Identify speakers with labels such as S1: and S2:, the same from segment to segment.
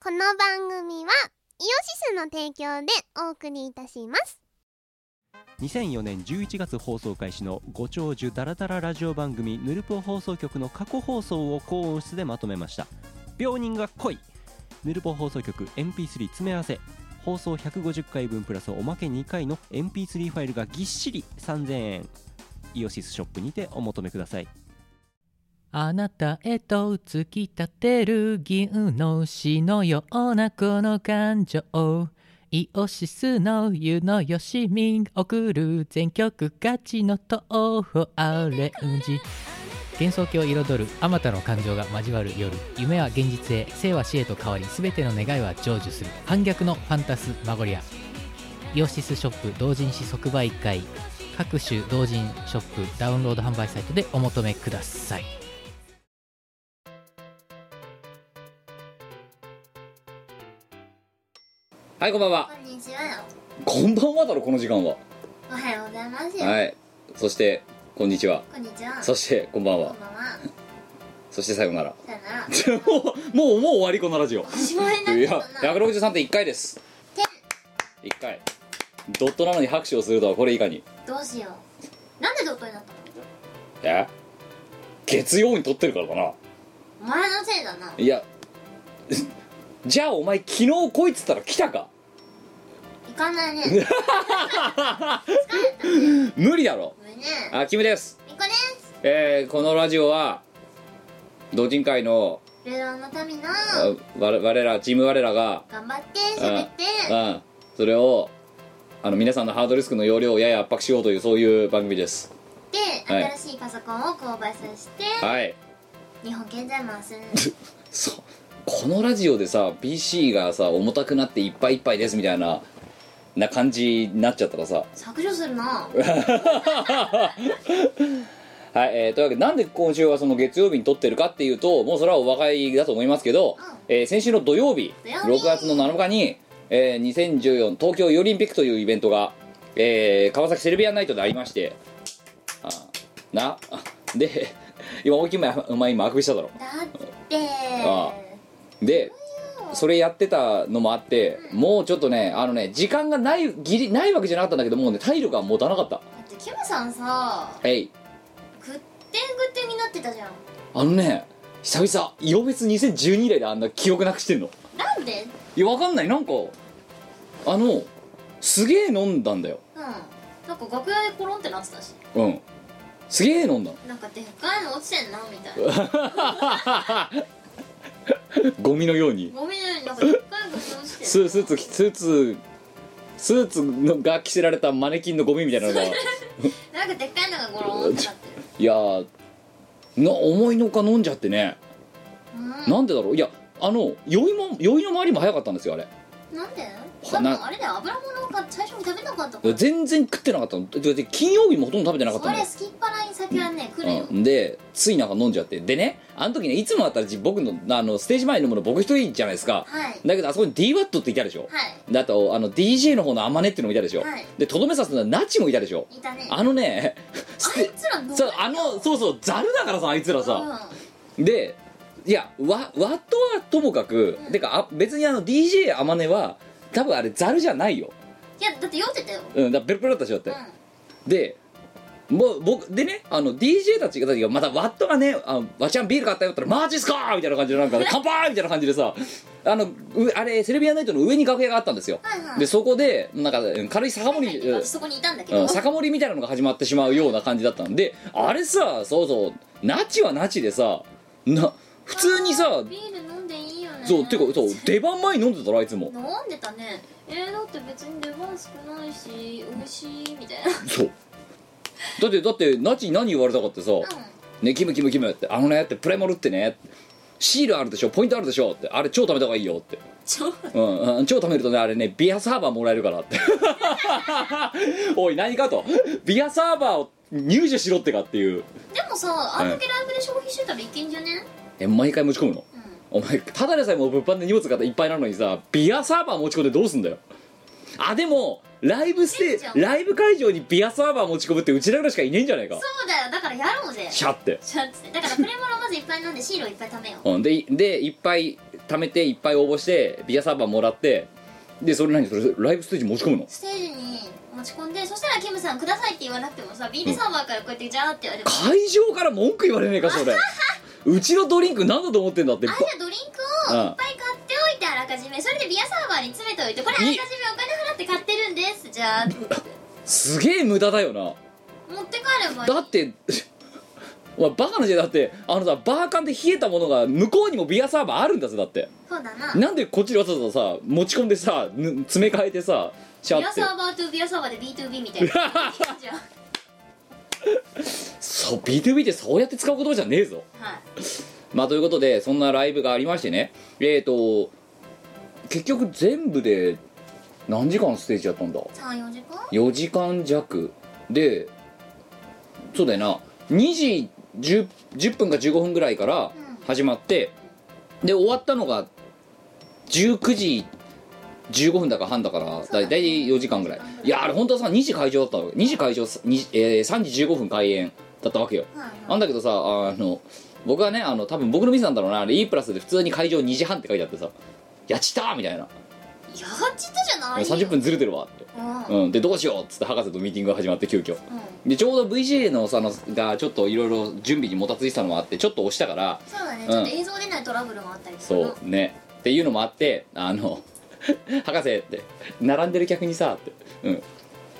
S1: この番組はイオシスの提供でお送りいたします
S2: 2004年11月放送開始のご長寿ダラダララジオ番組ヌルポ放送局の過去放送を高音質でまとめました病人が来いヌルポ放送局 MP3 詰め合わせ放送150回分プラスおまけ2回の MP3 ファイルがぎっしり3000円イオシスショップにてお求めください
S3: あなたへと突き立てる銀の死のようなこの感情イオシスの湯のよしみが送る全曲勝ちの東宝アレンジ幻想郷を彩るあまたの感情が交わる夜夢は現実へ生は死へと変わり全ての願いは成就する反逆のファンタスマゴリアイオシスショップ同人誌即売会各種同人ショップダウンロード販売サイトでお求めください
S4: はいこんばんは
S1: こんにちは
S4: こんばんはだろこの時間は
S1: おはようございますよ、
S4: はいそしてこんにちは
S1: こんにちは
S4: そしてこんばん
S1: こ
S4: は
S1: んばんは
S4: そしてさよなら
S1: さよなら
S4: もうもうもう終わりこのラジオ
S1: おしまいに
S4: い
S1: な
S4: や
S1: ったかな
S4: 163.1回です
S1: てん
S4: 1回ドットなのに拍手をするとはこれいかに
S1: どうしようなんでドットになったの
S4: え月曜に撮ってるからかな
S1: お前のせいだない
S4: や じゃあお前昨日来いっつったら来たか
S1: 行かないね疲れたね
S4: 無理だろ
S1: ごめんね
S4: あキムです
S1: みこです
S4: えー、このラジオは同人会の
S1: ルローの民の
S4: あ我我らチーム我らが
S1: 頑張って喋って
S4: うん、それをあの皆さんのハードディスクの容量をやや圧迫しようというそういう番組です
S1: で
S4: はい
S1: 新しいパソコンを購買させて
S4: はい
S1: 日本経済回す
S4: そうこのラジオでさ PC がさ重たくなっていっぱいいっぱいですみたいなな感じになっちゃったらさ
S1: 削除するな
S4: はい、えーというわけでなんで今週はその月曜日に撮ってるかっていうともうそれはお分かりだと思いますけど、
S1: うん
S4: えー先週の土曜日
S1: 土曜日
S4: 6月の7日に、えー2014東京オリンピックというイベントが、えー川崎セルビアンナイトでありましてあな あで今大きい今お前今あくびしただろ
S1: だって
S4: あでそれやってたのもあって、もうちょっとねあのね時間がないギリないわけじゃなかったんだけどもうね体力が持たなかった
S1: だってキムさんさ
S4: えい
S1: ぐってんぐってんになってたじゃん
S4: あのね久々イオベツ2012以来であんな記憶なくしてんの
S1: なんで
S4: いやわかんないなんかあのすげえ飲んだんだよ
S1: うんなんか楽屋でコロンってなってたし
S4: うんすげえ飲んだの
S1: なんかでっかいの落ちてんなみたいな
S4: ゴミのように
S1: ゴミのようになんかでっかいの落ちて
S4: ス
S1: る
S4: ースーツスーツスーツのが着せられたマネキンのゴミみたいな のがい
S1: なんかでっかいのがゴロンってなってる
S4: やーな思いのほか飲んじゃってね
S1: うん
S4: なんでだろういやあの酔いも酔いの周りも早かったんですよあれ
S1: なんで
S4: ほ
S1: 多
S4: な
S1: 分あれだよ油物が最初に食べなかったから
S4: 全然食ってなかったのだって金曜日もほとんど食べてなかった
S1: そ
S4: のよ
S1: れ好きっ腹に酒はね来るよ
S4: うん、でついなんか飲んじゃってでねあの時ねいつもだったらじ僕のあのステージ前に飲むの僕一人じゃないですか
S1: はい
S4: だけどあそこに DWAT っていたでしょ、
S1: は
S4: だとあの DJ の方のあまねっていうのもいたでしょ、
S1: はい
S4: でとどめさすのはナチもいたでしょ
S1: いいたねあ
S4: あの ねス
S1: い
S4: テ
S1: つら飲む
S4: そうあのそうそうざるだからさあいつらさ、でいやわワットはともかく、
S1: うん
S4: てかあ別にあの DJ あまねは多分あれざるじゃないよ、
S1: いやだって酔ってたよ
S4: うん、だからペロペロだったでしょだって、
S1: う
S4: でもう僕でねあの DJ たちがたちがまたワットがね「あわちゃんビール買ったよ」って言ったら「マジっすか!」みたいな感じでなんか「乾杯!」みたいな感じでさあのうあれセルビアナイトの上に楽屋があったんですよ
S1: はいはい
S4: でそこでなんかうん軽い酒盛り
S1: ん
S4: うん
S1: 私そこにいたんだけ
S4: う
S1: ど
S4: ん酒盛りみたいなのが始まってしまうような感じだったんであれさそうそうナチはナチでさな普通にさ
S1: ビール飲んでいいよね
S4: そうてかそう出番前に飲んでたろあいつも
S1: 飲んでたねえー、だって別に出番少ないし美味しいみたいな
S4: そうだってだってナチに何言われたかってさ、
S1: う
S4: ねキムキムキムってあのねってプレモルってねシールあるでしょポイントあるでしょってあれ超貯めた方がいいよって、
S1: ちょ
S4: うんうん、超貯めるとねあれねビアサーバーもらえるからって おい何かとビアサーバーを入手しろってかっていう
S1: でもさあんだけライブで消費してたらいけんじゃね
S4: え毎回持ち込むの
S1: うん
S4: お前ただでさえもう物販で荷物がいっぱいなのにさビアサーバー持ち込んでどうすんだよあでもライブス
S1: いいじゃ
S4: テ
S1: ん
S4: ライブ会場にビアサーバー持ち込むってうちらぐらいしかいねえんじゃないか
S1: そうだよだからやろうぜ
S4: シャって
S1: ちょっつってだからプレモロまずいっぱい飲んでシールをいっぱい貯めよう
S4: うん、でいでいっぱい貯めていっぱい応募してビアサーバーもらってでそれ何それライブステージ持ち込むの
S1: ステージに持ち込んでそしたらキムさんくださいって言わなくてもさビールサーバーからこうやってジャーって言われるあ
S4: 会場から文句言われねえ かそれうちのドリンク何だと思ってんだってば
S1: じゃあドリンクをいっぱい買っておいてあらかじめそれでビアサーバーに詰めておいてこれあらかじめお金払って買ってるんですじゃあって
S4: すげえ無駄だよな
S1: 持って帰ればいい
S4: だって お前バカな時代だってあのさバーカンで冷えたものが向こうにもビアサーバーあるんだぜだって
S1: そうだな
S4: なんでこっちにわざわざさ持ち込んでさぬ詰め替えてさシャ
S1: ビ
S4: ー
S1: ア
S4: って
S1: サーバーとビアサーバーで B2B み たいなじゃ
S4: そう B2B ってそうやって使う言葉じゃねえぞ
S1: あはい
S4: まあということでそんなライブがありましてねえーと結局全部で何時間ステージやったんだ
S1: 34時間
S4: 4時間弱でそうだよな2時 10, 10分か15分ぐらいから始まって、で終わったのが19時15分だか半だからだ
S1: そう
S4: い
S1: だね
S4: たい4時間ぐらいいやあれ本当はさ2時会場だったの2時会場、にえー3時15分開演だったわけよ
S1: はい
S4: なんだけどさあの僕はねあの多分僕のミスなんだろうなあれ E プラスで普通に会場2時半って書いてあってさ「やっちったー!」みたいな
S1: やっちったじゃ
S4: 「
S1: ない
S4: 30分ずれてるわ」って
S1: うんうん
S4: うん、でどうしようっつって博士とミーティングが始まって急遽でちょうど VJ のさのがちょっといろいろ準備にもたついてたのもあってちょっと押したから
S1: そうだね
S4: うん
S1: ちょっと映像出ないトラブルもあったりする
S4: そうねっていうのもあってあの 「博士」って「並んでる客にさ」って「うん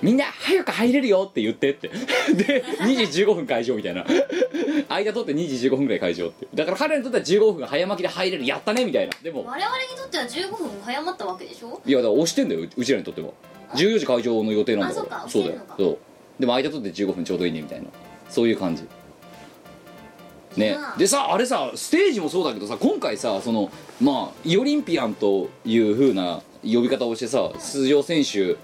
S4: みんな早く入れるよ」って言って ってで2時15分会場みたいな 間取って2時15分ぐらい会場ってだから彼らにとっては15分早巻きで入れるやったねみたいなでも
S1: 我々にとっては15分早まったわけでしょ
S4: いやだから押してんだよううちらにとっては14時会場の予定なんだから
S1: あそか
S4: そううだ
S1: 押してん
S4: よ
S1: のか
S4: そうでも間取って15分ちょうどいいねみたいなそういう感じね
S1: なあ
S4: でさあれさステージもそうだけどさ今回さそのまあイオリンピアンというふうな呼び方をしてさ出場選手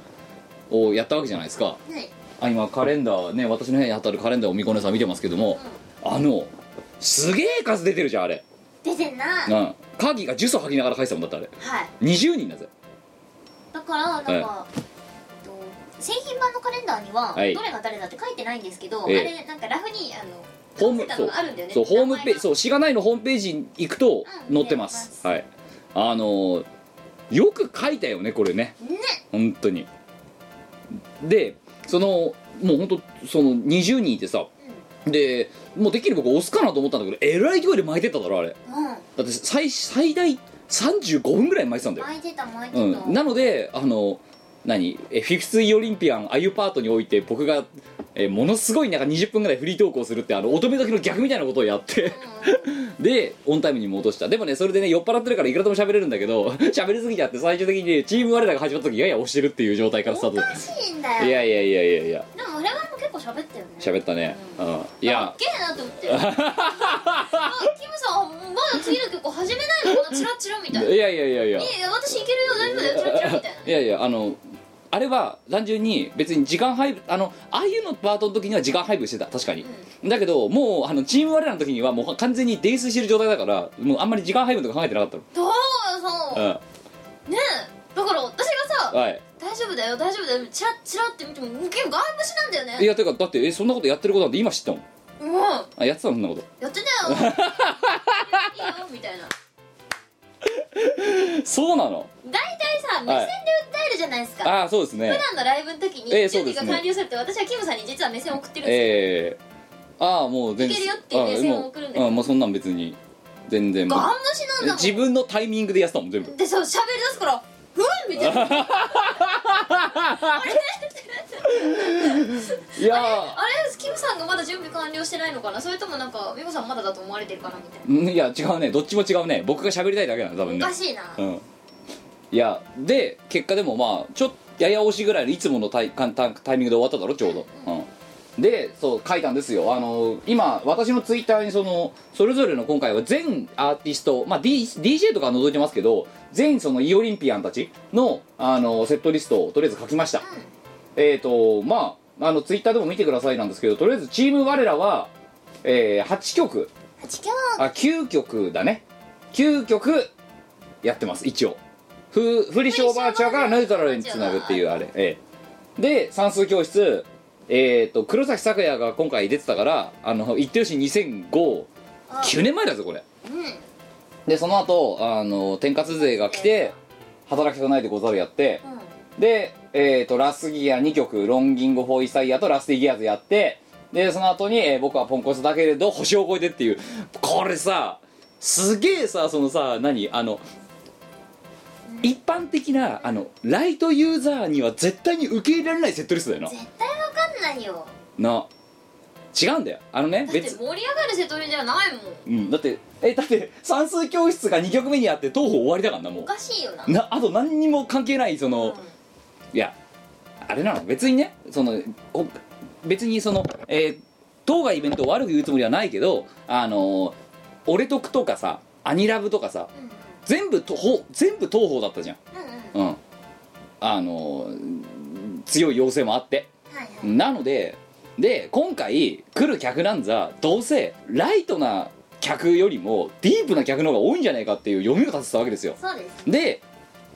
S4: をやったわけじゃないですか
S1: ね
S4: あ今カレンダーね私の部屋に当たるカレンダーをみこねさん見てますけどもあのすげえ数出てるじゃんあれ
S1: 出てんな
S4: う
S1: はい
S4: んカーギーが呪詛吐きながら書いてたもんだってあれ20人だぜ
S1: だからなんか、
S4: は
S1: えっと製品版のカレンダーにはど
S4: はい
S1: れが誰だって書いてないんですけど、
S4: ええ
S1: あれなんかラフにあの
S4: ホーム
S1: 書いてた
S4: そ
S1: の
S4: う
S1: があるんだよね
S4: そうホームページ
S1: う
S4: そうしがないのホームページに行くと
S1: うん
S4: 載ってます、
S1: 載
S4: はいあのーよく書いたよねこれね
S1: ね
S4: 本当にでそのもう本当その20人いてさでもうできる僕押すかなと思ったんだけどえらい勢いで巻いてっただろあれ
S1: う
S4: だって最最大35分ぐらい巻いてたんだ
S1: ん
S4: よ、
S1: 巻いてた巻いてた、
S4: うん、なのであの何えフィフスイオリンピアンあゆパートにおいて僕がえものすごいなんか20分ぐらいフリートークをするってあの乙女時の逆みたいなことをやってでオンタイムに戻したでもねそれでね酔っ払ってるからいくらでも喋れるんだけど 喋りすぎちゃって最終的にねチーム我らが始まった時やや押してるっていう状態からスター
S1: お
S4: トだ
S1: かしいんだよ
S4: いやいやいやいやいや
S1: でも我々も結構喋ったよね
S4: 喋ったね
S1: う
S4: うんんい
S1: あ
S4: や
S1: っけえなと思ってあキムさんまだ次の曲始めないのかなチラチラみ
S4: い
S1: たい
S4: や
S1: ない
S4: やいやいや
S1: いや私いけるよ大丈夫だよチラチラみたいない
S4: やいやあのあれは単純に別に時間配分あのああいうのパートの時には時間配分してた確かに、だけどもうあのチーム我らの時にはもう完全に泥酔してる状態だからもうあんまり時間配分とか考えてなかっ
S1: どうよ
S4: た
S1: さ
S4: の
S1: ねえだから私が
S4: うん
S1: さ
S4: はい
S1: 大丈夫だよ大丈夫だよチラチラって見ても結構ガン無視なんだよ
S4: い
S1: ね
S4: やてかだってえそんなことやってることなんて今知ったもん
S1: うん
S4: あやってたのそんなこと
S1: やってたよいいよみたいな
S4: そうなの
S1: 大体さ目線で訴えるじゃないですか
S4: ああそうですね
S1: 普段のライブの時に
S4: ええ
S1: 準
S4: そ
S1: 備
S4: うです
S1: が
S4: ね
S1: 完了するって私はキムさんに実は目線を送ってるんですよ
S4: ええああもう全
S1: いけるよっていうね
S4: あ
S1: 線を送るんだけど
S4: もうあもうそんなん別に全然もう
S1: ガン無視なんだもん
S4: 自分のタイミングでやってたもん全部
S1: でそう喋り出すから「ふん!」みたいな「あれ
S4: いや
S1: あれキムさんがまだ準備完了してないのかなそれともなんか美子さんまだだと思われてるかな」みたいな、
S4: ーいや違うねどっちも違うね僕が喋りたいだけなの多分
S1: お
S4: ね
S1: かしいな、
S4: うんいやで結果でもまあちょっとやや惜しいぐらいのいつものタイタタタイミングで終わっただろちょうど、うん、でそう書いたんですよあの今私のツイッターにそのそれぞれの今回は全アーティスト、まあ D、DJ とかは除いてますけど全そのイオリンピアンたちのあのセットリストをとりあえず書きました、えっ、とまああのツイッターでも見てくださいなんですけどとりあえずチーム我らは、えー8曲
S1: 八強
S4: あ9曲だね9曲やってます一応ふ振りしおばあちゃんがヌートラルにつなぐっていうあれええで算数教室えっ、と黒崎咲也が今回出てたからあの一等賞2005 9年前だぞこれ
S1: うん
S4: でその後あの天かす勢が来て働きたないでござるやって
S1: うん
S4: で、えー、とラスギア2曲ロンギンゴ・フォー・イサイアとラスティ・ギアーズやってでその後に、えー僕はポンコツだけれど星を越えて」っていうこれさすげえさそのさ何あの一般的なあのライトユーザーには絶対に受け入れられないセットリストだよな
S1: 絶対わかんないよ
S4: な違うんだよあのね
S1: だって
S4: 別
S1: 盛り上がる瀬戸りじゃないもん
S4: うんだってえだって算数教室が2曲目にあって東方終わりだからなも
S1: おかしいよな
S4: うなあと何にも関係ないその、
S1: うん
S4: いやあれなの別にねそのほ別にその、えー当該イベントを悪く言うつもりはないけどあのー「俺とく」とかさ「アニラブ」とかさ
S1: うん
S4: 全部とほ全部東宝だったじゃん
S1: うんうんうん
S4: うんあのー強い要請もあって
S1: はいはい
S4: なのでで今回来る客なんざどうせライトな客よりもディープな客の方が多いんじゃないかっていう読みを立てたわけですよ
S1: そうです
S4: で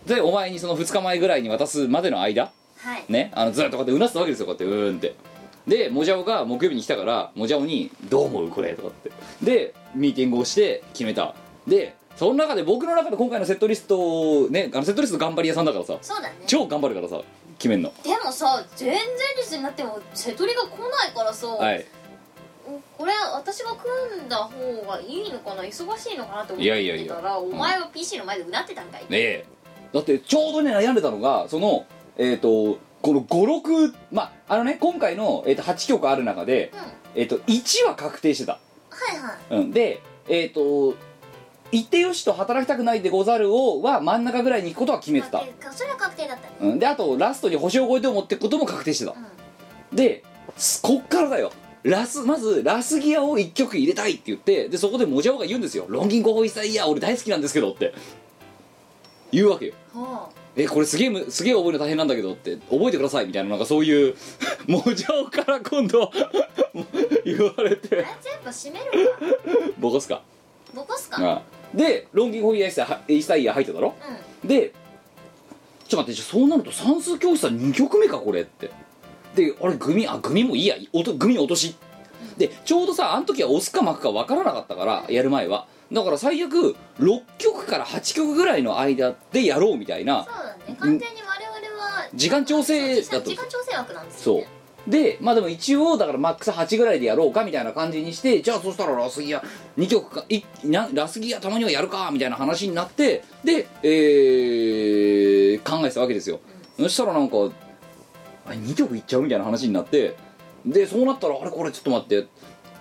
S4: でお前にその2日前ぐらいに渡すまでの間
S1: はい
S4: ねあのずっとこうやってうなってたわけですよこうやってうーんってでもじゃおが木曜日に来たからもじゃおに「どう思うこれ」とかってでミーティングをして決めたでその中で僕の中で今回のセットリストをねあのセットリスト頑張り屋さんだからさ
S1: そうだね
S4: 超頑張るからさ決めんの
S1: でもさ全然リスになっても瀬戸りが来ないからさ、
S4: はい
S1: これ私が組んだ方がいいのかな忙しいのかなと思ってたら
S4: いやいやいや
S1: お前は PC の前でうなってたんかい、
S4: ねえだってちょうどね悩んでたのがそのえっ、とこの56まああのね今回の、えー、と8曲ある中で
S1: うん、は
S4: えっ、と1は確定してた
S1: いはい
S4: うん、でえっ、と「行ってよし」と「働きたくないでござるを」は真ん中ぐらいに行くことは決めてた、
S1: 確定それは確定だったね
S4: うん、であとラストに「星を越えて」を持っていくことも確定してた
S1: うん
S4: ですこっからだよラスまずラスギアを1曲入れたいって言ってでそこでモジャオが言うんですよ「ロンギンゴホイサイヤ俺大好きなんですけど」って言うわけよ
S1: は
S4: えこれすげえむすげえ覚えるの大変なんだけどって覚えてくださいみたいななんかそういう モジャオから今度 言われ
S1: あ、あ
S4: て
S1: れ全部閉めるわ
S4: ボコすか
S1: ボコすか、
S4: うんでロンギンホイヤイサイはイサイヤ入っただろ
S1: うん
S4: でちょっと待ってじゃあそうなると算数教室は2曲目かこれってであれグミあグミもいいやおとグミ落としでちょうどさあの時は押すか巻くか分からなかったからやる前はだから最悪6曲から8曲ぐらいの間でやろうみたいな
S1: そうだね完全に我々は
S4: 時間調整だと
S1: 時間調整枠なんですよ、
S4: そ
S1: ね、
S4: うでまあでも一応だからマックス8ぐらいでやろうかみたいな感じにしてじゃあそしたらラスギア2曲かいなラスギアたまにはやるかみたいな話になってで、えー考えてたわけですよ、そしたらなんかあ2曲いっちゃうみたいな話になってでそうなったらあれこれちょっと待って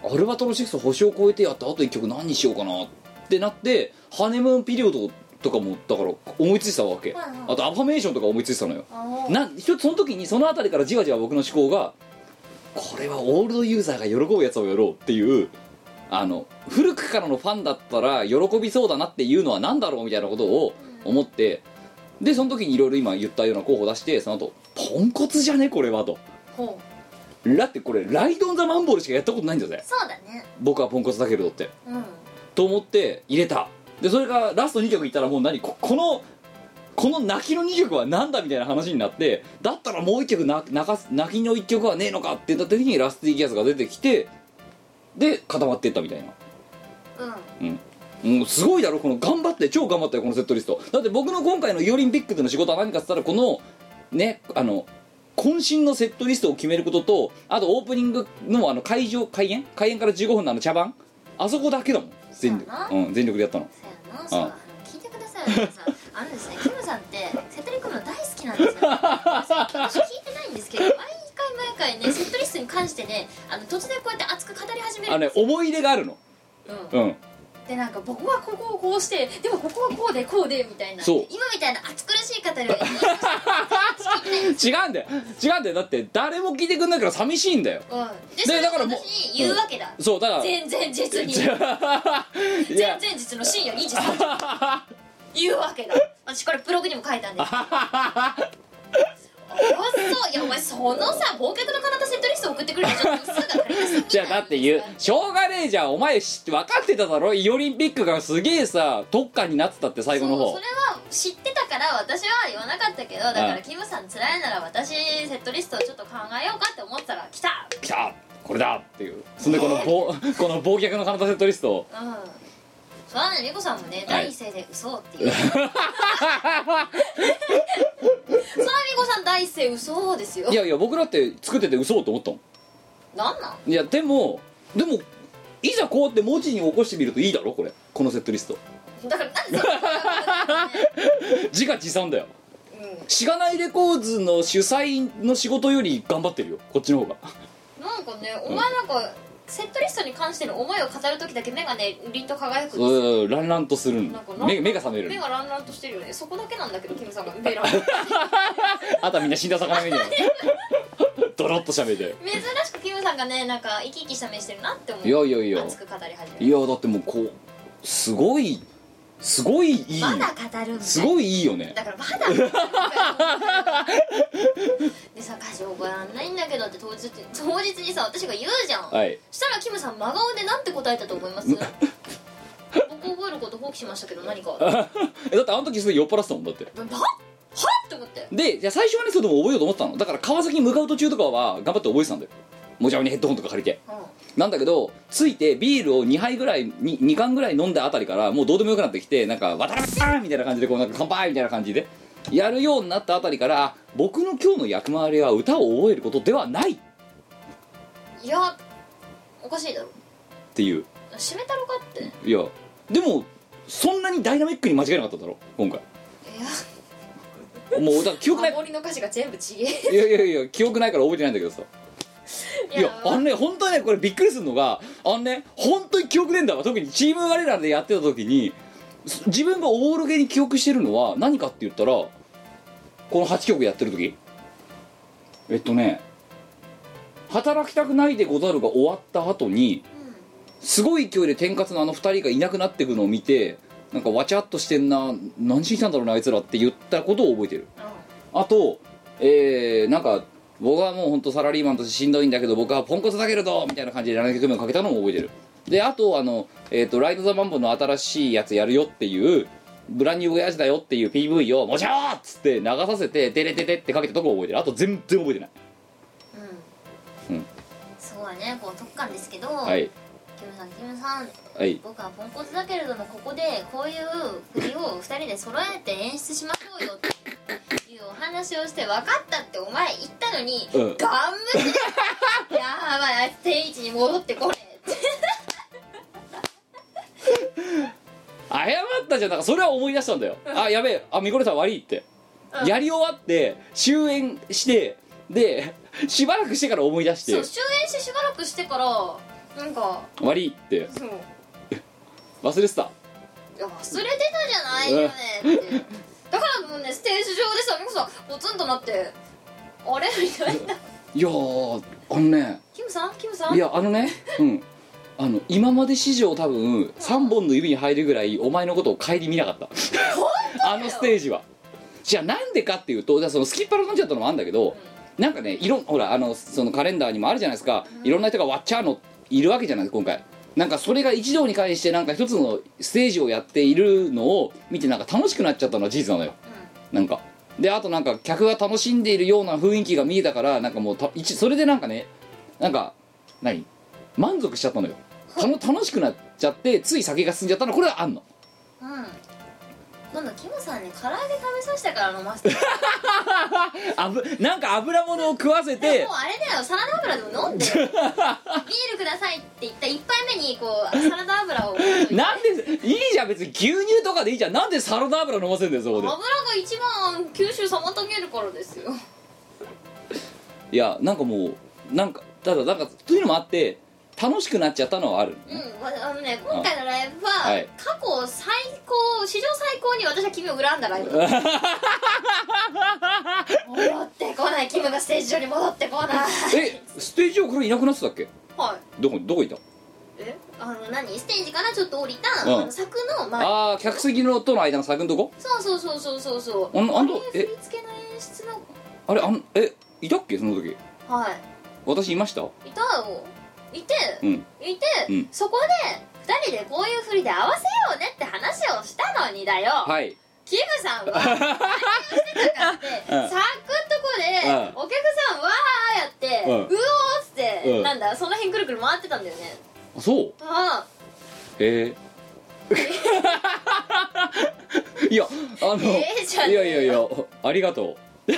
S4: アルバトロシックス星を越えてやったあと1曲何にしようかなってなってハネムーンピリオドとかもだから思いついてたわけ、
S1: はいはい
S4: あとアファメーションとか思いついてたのよ、
S1: あー
S4: な一つその時にその辺りからじわじわ僕の思考がこれはオールドユーザーが喜ぶやつをやろうっていうあの古くからのファンだったら喜びそうだなっていうのは何だろうみたいなことを思ってでその時にいろいろ今言ったような候補出してその後ポンコツじゃねこれは」と。
S1: ほう
S4: だってこれライド・オン・ザ・マンボールしかやったことないんだぜ
S1: そうだね
S4: 僕はポンコツだけれどって
S1: うん
S4: と思って入れたでそれがラスト2曲いったらもう何ここのこの泣きの2曲は何だみたいな話になってだったらもう1曲泣泣かす泣きの1曲はねえのかってなった時にラスティギアスが出てきてで固まってったみたいな
S1: うん
S4: もうすごいだろこの頑張って超頑張ったよこのセットリストだって僕の今回のイオリンピックでの仕事は何かっつったらこのねあの渾身のセットリストを決めることとあとオープニングのあの会場開演開演から15分のあの茶番あそこだけだもん全
S1: そうな
S4: 力、うん、全力でやったの
S1: そうやなそうあの聞いてくださいよ皆さんあのですねキムさんってセトリ組むの大好きなんですよ聞いてないんですけど毎回毎回ねセットリストに関してねあの突然こうやって熱く語り始め
S4: あ
S1: るん
S4: のね
S1: ですよ、
S4: 思い入れがあるの
S1: うん
S4: うん
S1: でなんか僕はここをこうしてでもここはこうでこうでみたいな
S4: そう
S1: 今みたいな熱苦しい語りは
S4: 違うんだよ違うんだよだって誰も聞いてくんないから寂しいんだよ
S1: うんで
S4: で
S1: それを
S4: だからもう
S1: 私に言うわけだ、
S4: そうだから
S1: 全然実に
S4: い
S1: 前
S4: や
S1: 々日の深夜2時3時言うわけだ私これブログにも書いたんですけどあそういやお前そのさ忘却の彼方セットリスト送ってくれるちょっとすぐ借りてすぎない
S4: じゃあだって言うしょうがねえじゃんお前知分かってただろイオリンピックがすげえさ特化になってたって最後の
S1: そう
S4: 方
S1: それは知ってたから私は言わなかったけどだか
S4: う
S1: ら
S4: ん
S1: キムさん辛いなら私セットリストをちょっと考えようかって思ったら来た
S4: きたこれだっていうそんでこのぼこの忘却の彼方セットリストを
S1: うんそうだね美子さんもね
S4: はい
S1: 第一声で嘘って いうそら美子さん第一声嘘ですよ
S4: いやいや僕だって作ってて嘘と思ったも
S1: なんなん
S4: んいやでもでもいざこうやって文字に起こしてみるといいだろこれこのセットリスト
S1: だからなんでそれ
S4: 自画自賛だよ
S1: う
S4: しがないレコーズの主催の仕事より頑張ってるよこっちの方が
S1: んなんかねお前なんかセットリストに関しての思いを語る時だけ目がね凛と輝くんですよ
S4: うんランランとす
S1: な
S4: る
S1: ん
S4: の
S1: かなん
S4: 目目が覚める
S1: 目
S4: の
S1: がランランとしてるよねそこだけなんだけどキムさんが目ラン珍
S4: あとはみんな死んだ魚 みたいなドロッとしゃべって
S1: しくキムさんがねなんか生き生きした目してるなって思う
S4: いやいやいや
S1: 熱く語り始める
S4: いやだってもうこうすごいすごいいいよ
S1: まだ語るんだ
S4: すごいいいよね
S1: だからまだでさ歌詞覚えらんないんだけどって当日当日にさ私が言うじゃん、
S4: はい
S1: そしたらキムさん真顔でなんて答えたと思います 僕覚えること放棄しましたけど何かだ
S4: えだってあの時すごい酔っ払ってたもんだって
S1: はっって思って
S4: でいや最初はねそれでも覚えようと思ってたのだから川崎に向かう途中とかは頑張って覚えてたんだよもじゃにヘッドホンとか借りて
S1: う
S4: なんだけどついてビールを2杯ぐらいに2缶ぐらい飲んだあたりからもうどうでもよくなってきてなんか「渡辺さん!」みたいな感じでこうなんか乾杯みたいな感じでやるようになったあたりからあ僕の今日の役回りは歌を覚えることではないっ
S1: んいやおかしいだろ
S4: ていう
S1: 締めたろかってい
S4: いやでもそんなにダイナミックに間違えなかっただろ今回
S1: や
S4: もうだから記憶ない
S1: 守りの歌詞が全部ちげえ
S4: いやいやいや記憶ないから覚えてないんだけどさいやあの
S1: ん
S4: ね本当にねこれびっくりするのがあのね本当に記憶ねえんだわ特にチーム我らでやってた時にす自分がおぼろげに記憶してるのは何かって言ったらこの8曲やってる時えっとね「働きたくないでござる」が終わった後にすごい勢いで天活のあの2人がいなくなってくのを見てなんかわちゃっとしてんな何しに来たんだろうなあいつらって言ったことを覚えてるあと、えー、なんか僕はもう本当サラリーマンとしてしんどいんだけど僕はポンコツだけれどみたいな感じで7曲目をかけたのも覚えてるであとあの、えーと「ライド・ザ・バンボ」の新しいやつやるよっていうブランニュー・ウェアジだよっていう PV を「もちろん!」っつって流させて「デレデレ」ってかけたとこ覚えてるあと全然覚えてない
S1: うんう
S4: うんん
S1: そうだねこう特感ですけど、
S4: はい
S1: キムさんキムさん
S4: はい
S1: 僕はポンコツだけれどもここでこういう振り を2人で揃えて演出しましょうよっていうお話をして分かったってお前言ったのに、
S4: うん
S1: ガン無 視でやばいあいつ定位置に戻ってこれって
S4: 謝ったじゃんだからそれは思い出したんだよあやべえあミコレさん悪いってやり終わって終演してでしばらくしてから思い出し
S1: そう
S4: て
S1: 終演してしばらくしてからなんか
S4: 悪いって
S1: そう
S4: 忘れてた
S1: いや忘れてたじゃないよねってだからもうねステージ上でさミコさんポツンとなってあれみたいない
S4: やーあのね
S1: キムさんキムさん
S4: いやあのねうんあの今まで史上多分3本の指に入るぐらいお前のことを顧みなかったあのステージはじゃあなんでかっていうとじゃあそのスキッパラ飲んじゃったのもあるんだけど、なんかねいろんほらあのそのカレンダーにもあるじゃないですか、いろんな人が割っちゃうのいるわけじゃないですか今回なんかそれが一堂に会してなんか一つのステージをやっているのを見てなんか楽しくなっちゃったのは事実なのよなんかであとなんか客が楽しんでいるような雰囲気が見えたからなんかもうた一それでなんかねなんか何満足しちゃったのよたの楽しくなっちゃってつい酒が進んじゃったのこれはあんの
S1: うん今度キムさんに唐揚げ食べさせてから飲 ませても
S4: あぶなんか油物を食わせて
S1: うあれだよサラダ油でも飲んでよビールくださいって言った1杯目にこうサラダ油を油が
S4: なんでいいじゃん別に牛乳とかでいいじゃんなんでサラダ油飲ませんだよそこで
S1: 一番吸収妨げるからですよ
S4: いやなんかもうなんかただなんかというのもあって楽しくなっちゃったのはある
S1: うんわあのね今回のライブは、
S4: はい
S1: 過去最高史上最高に私はキムを恨んだラ イブ戻ってこないキムがステージ上に戻ってこない
S4: えステージ上これいなくなってたっけ
S1: はい
S4: どこどこいた
S1: えあの何ステージからちょっと降りた、
S4: うん
S1: あの柵の前
S4: ああ客席のとの間の柵のとこ
S1: そうそうそうそうそうそう
S4: あのあの
S1: れ
S4: え
S1: 振り付けの演出の
S4: あれあんえいたっけその時
S1: は
S4: 私いました
S1: いいたよいて、
S4: うん
S1: いて、
S4: うん
S1: そこで2人でこういう振りで合わせようねって話をしたのにだよ、
S4: はい
S1: キムさん は何をしてたかって
S4: うん
S1: サクッとこで、
S4: う
S1: お客さんわーやって、う
S4: うん
S1: おーっつって、
S4: うん
S1: なんだその辺くるくる回ってたんだよね
S4: あそう
S1: ああ
S4: へえ いやあの、
S1: えーじゃあね
S4: いやいやいやありがとうい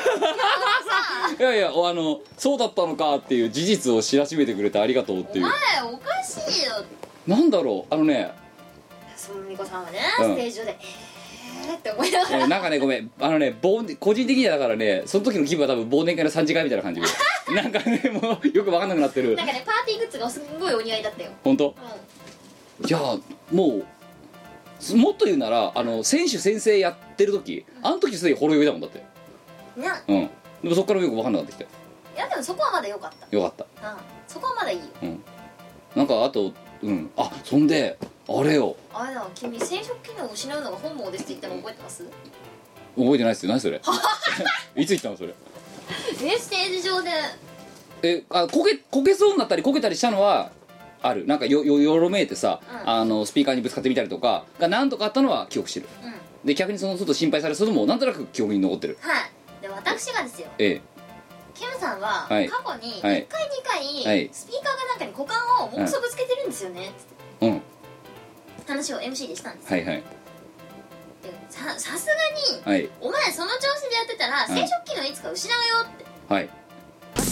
S4: やいやあのそうだったのかっていう事実を知らしめてくれてありがとうっていう
S1: 前おかしいよ
S4: なんだろうあのね、
S1: そのみこさんはね、
S4: うん
S1: ステージ上でえーって思いなが
S4: え
S1: ら
S4: ーなんかねごめんあのね忘年個人的にはだからねその時の気分は多分忘年会の3次会みたいな 感じなんかねもうよく分かんなくなってる
S1: なんかねパーティーグッズがすんごいお似合いだったよ
S4: 本当
S1: うん
S4: いやもうすもっと言うならあの選手先生やってる時あの時すでにほろ酔いだもんだって
S1: ない
S4: うんでもそっからよく分かんなくなってき
S1: やでもそこはまだ良かった
S4: てよかった
S1: うんそこはまだいいよ
S4: なんかあとうんあそんであれよ
S1: あれだ君生殖機能を失うのが本望ですって言ったの覚えてます
S4: 覚えてないっすよ 何それいつ言ったのそれ
S1: えステージ上で
S4: えあこけこけそうになったりこけたりしたのはあるなんかよよよろめいてさ、
S1: うん
S4: あのスピーカーにぶつかってみたりとかが何とかあったのは記憶してる
S1: うん
S4: で逆にそのちょっと心配されそうのもなんとなく記憶に残ってる
S1: はいで私がですよ
S4: え
S1: キムさんは過
S4: はい
S1: 去に1
S4: は
S1: 回
S4: い
S1: 2
S4: は
S1: 回
S4: い
S1: スピーカーがなんかに股間をもくそぶつけてるんですよね
S4: えうん
S1: って話を MC でしたんです
S4: はいはい
S1: でささすがに
S4: はい
S1: お前その調子でやってたら
S4: うん
S1: 生殖機能いつか失うよって
S4: はい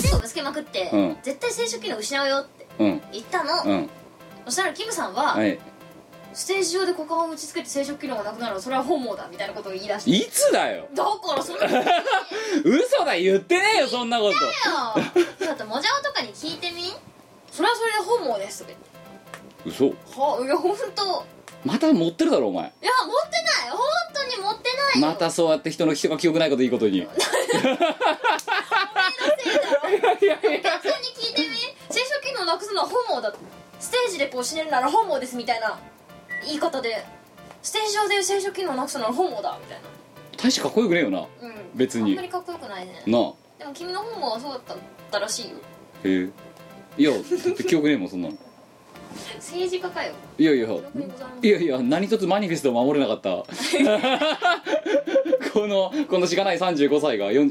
S1: 手をぶつけまくって
S4: うん
S1: 絶対生殖機能失うよって
S4: うん
S1: 言ったの
S4: うん
S1: そしたらキムさんは
S4: はい
S1: ステージ上で股間を打ちつけて生殖機能がなくなるのそれは本望だみたいなことを言い出して
S4: いつだよ
S1: だからそんなこと言ってよ
S4: 嘘だ言ってねえよそんなこと
S1: だってモジャオとかに聞いてみんそれはそれで本望ですとか言って
S4: 嘘
S1: はあいや本当
S4: また持ってるだろお前
S1: いや持ってない本当に持ってないよ
S4: またそうやって人の人が記憶ないこといいことにい
S1: せいだろ
S4: やいや
S1: お客さんに聞いてみ生殖機能なくすのは本望だステージでこう死ねるなら本望ですみたいな言い方でステージ上で生殖機能なくすのは本望だみたい
S4: 大してかっこよくねえよな
S1: なうん
S4: 別に
S1: あんまりかっこよくないね
S4: なあ
S1: でも君の本望はそうだったらしいよ
S4: へえいやだって記憶ねえもんそんなの
S1: 政治家かよ
S4: いやいや
S1: 記憶にございま
S4: い
S1: せん
S4: やいや何一つマニフェストを守れなかった このこのしがない35歳が40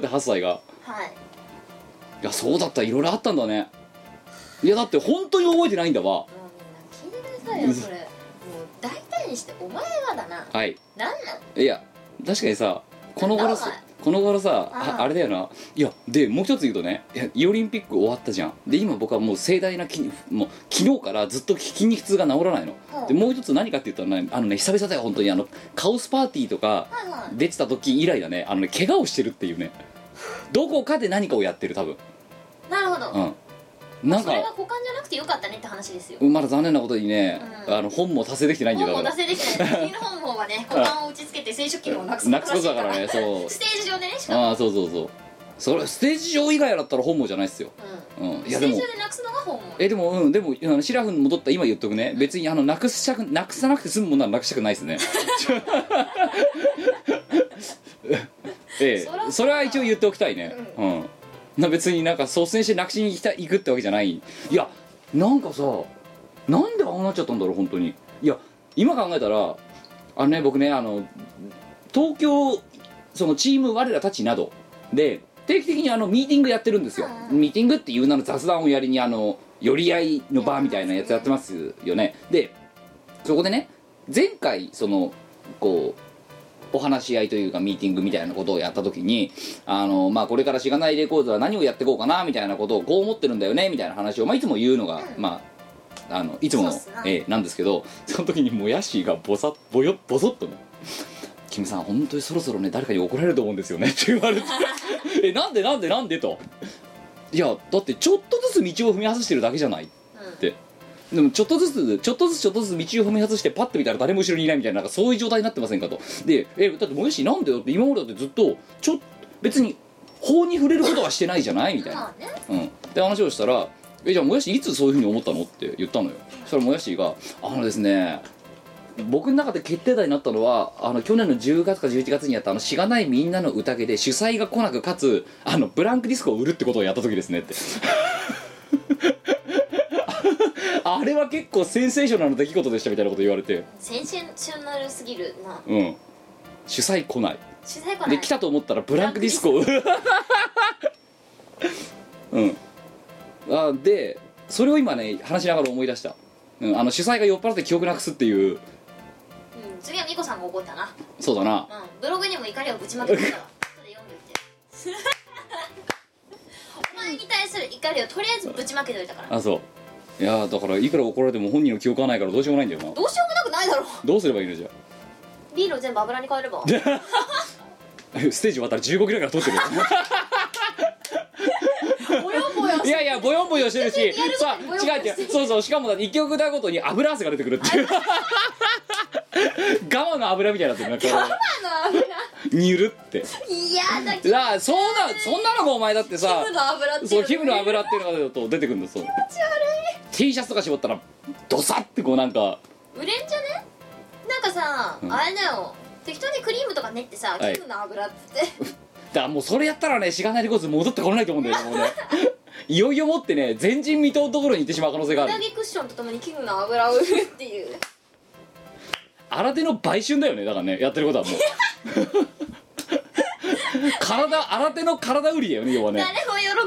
S4: 34.8歳が
S1: はい
S4: いやそうだったいろいろあったんだねいやだって本当に覚えてないんだわ
S1: もうみんな聞いてくださいよそれもう大体にしてお前がだな
S4: はい
S1: なんなん
S4: いや確かにさこの頃さ
S1: なんだ
S4: この頃さあ
S1: うん
S4: あれだよないやでもう一つ言うとねいやイオリンピック終わったじゃんで今僕はもう盛大な筋もう昨日からずっと筋肉痛が治らないの
S1: うん
S4: でもう一つ何かって言ったらねあのね久々だよ本当にあのカオスパーティーとか
S1: はいはい
S4: 出てた時以来だねあのね怪我をしてるっていうねどこかで何かをやってる多分
S1: なるほど、
S4: うんなん
S1: それが
S4: か
S1: 股間じゃなくてよかったねって話ですよ
S4: まだ残念なことにね、
S1: うん
S4: あの本も達成できてないんだ
S1: 本
S4: よ
S1: も
S4: だ
S1: 出
S4: か
S1: せで きない君の本望はね股間を打ちつけて生殖機能をなくす
S4: らなくすことだからねそう
S1: ステージ上でねしかも、
S4: ああそうそうそうそれステージ上以外だったら本望じゃないっすよ、
S1: う
S4: うん、
S1: ん、
S4: い
S1: ス
S4: や
S1: テー
S4: で
S1: ジ
S4: も
S1: 上でなくすのが本望
S4: えでもうんでもあのシラフに戻った今言っとくね別にあのなくしたくなくさなくて済むものはなくしたくないっす ねえ
S1: そらそうだ
S4: えそれは一応言っておきたいね
S1: う
S4: うん、な別になんか率先してなくしに行きた行くってわけじゃないいやなんかさなんでああなっちゃったんだろう本当にいや今考えたらあのね僕ねあの東京そのチーム我らたちなどで定期的にあのミーティングやってるんですよ、
S1: うん
S4: ミーティングっていう名の雑談をやりにあの寄り合いのバーみたいなやつやってますよねでそこでね前回そのこうお話し合いというかミーティングみたいなことをやった時にあの、まあ、これからしがないレコードは何をやっていこうかなみたいなことをこう思ってるんだよねみたいな話を、まあ、いつも言うのが、
S1: うん
S4: まあ、あのいつもの
S1: そうっすな
S4: ええなんですけどその時にもうヤシーがボサボヨボソッとね「キムさん本当にそろそろね誰かに怒られると思うんですよね」って言われて「えなんでなんでなんで?」と「いやだってちょっとずつ道を踏み外してるだけじゃない」
S1: うん
S4: ってでもちょっとずつちょっとずつちょっとずつ道を踏み外してパッと見たら誰も後ろにいないみたいななんかそういう状態になってませんかとでえだってもやしなんでよって今までだってずっとちょ別に法に触れることはしてないじゃないみたいな
S1: まあね
S4: うん、で話をしたら「えじゃあもやしいつそういうふうに思ったの?」って言ったのよそしたらもやしが「あのですね僕の中で決定打になったのはあの去年の10月か11月にやったあの「しがないみんなの宴」で主催が来なくかつあのブランクディスクを売るってことをやった時ですねって あれは結構センセーショナルな出来事でしたみたいなこと言われて
S1: センセーショナルすぎるな
S4: うん主催来ない
S1: 主催かな
S4: で
S1: い
S4: 来たと思ったらブランクディスコを うんあでそれを今ね話しながら思い出した、うん、あの主催が酔っ払って記憶なくすっていう
S1: 次はミコさんが怒ったな
S4: そうだな
S1: うんブログにも怒りをぶち まけてるから後で読んでおいてお前に対する怒りをとりあえずぶちまけておいたから
S4: あそういやーだからいくら怒られても本人の記憶はないからどうしようもないんだよな
S1: どうしようもなくないだろう
S4: どうすればいいのじゃ
S1: ビールを全部油に変えれ ば
S4: あ ステージ終わったら15キロぐらいから 取ってるよ
S1: ぼよぼよ
S4: いやいやボヨンボヨンしてるし
S1: やること
S4: さ
S1: にボヨンボヨ
S4: 違
S1: ン
S4: う
S1: してる
S4: 違うそうそうしかもだって一曲歌うごとに油汗が出てくる っていう我慢の油みたいになってるなんか
S1: あの油
S4: にゅるって
S1: 嫌だキ
S4: だからそんなそんなのがお前だってさ
S1: ムの油っていう
S4: そう皮膚の油っていうのが出ると出てくるんだそう T シャツとか絞ったらドサってこうなんか
S1: 売れんじゃねなんかさ、
S4: うん
S1: あれだよ適当にクリームとか練ってさ
S4: はい
S1: キムの油っつって、
S4: だからもうそれやったらねしがないレコーズ戻ってこれないと思うんだよねもう ねいよいよもってね前人未到のところに行ってしまう可能性があ
S1: うな
S4: る
S1: ぎクッションとともにキムの油を売るっていう
S4: 新手の売春だよねだからねやってることはも う体新手の体売りだよね要はね
S1: 誰も喜ばない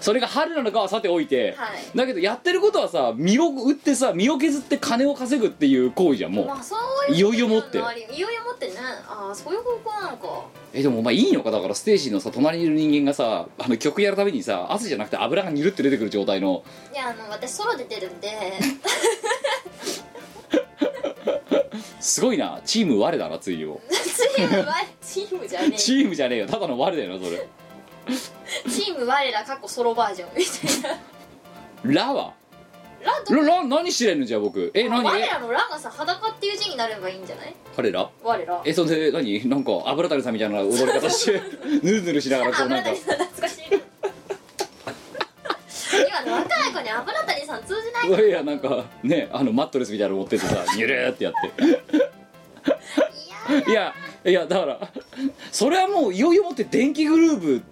S4: それが春なのかはさておいて、
S1: はい
S4: だけどやってることはさ身を売ってさ身を削って金を稼ぐっていう行為じゃんもう、
S1: まあそういう
S4: いよいよ持って
S1: のありいよいよ持ってねああそういう方向なのか
S4: えでもお前いいのかだからステージのさ隣にいる人間がさあの曲やるためにさ汗じゃなくて油がにゅるって出てくる状態の
S1: いやあの私ソロ出てる んで
S4: すごいなチーム我だなついよ
S1: チームはチームじゃねえ
S4: チームじゃねえよただの我だよなそれ
S1: チーム我ら過去ソロバージョンみたいな
S4: ラは
S1: ラと
S4: ララ何してんのじゃあ僕え何
S1: 我
S4: え
S1: らのラがさ裸っていう字になればいいんじゃない
S4: 彼ら
S1: 我ら
S4: えそんで何なんか油谷さんみたいな踊り方して ぬるぬるしながらこうな
S1: 油谷
S4: んか
S1: さん懐かしい今の若い子に油谷さん通じないから
S4: いやなんかねあのマットレスみたいなの持ってってさゆるーってやって
S1: いや
S4: いやいやだからそれはもういよいよもって電気グルーブ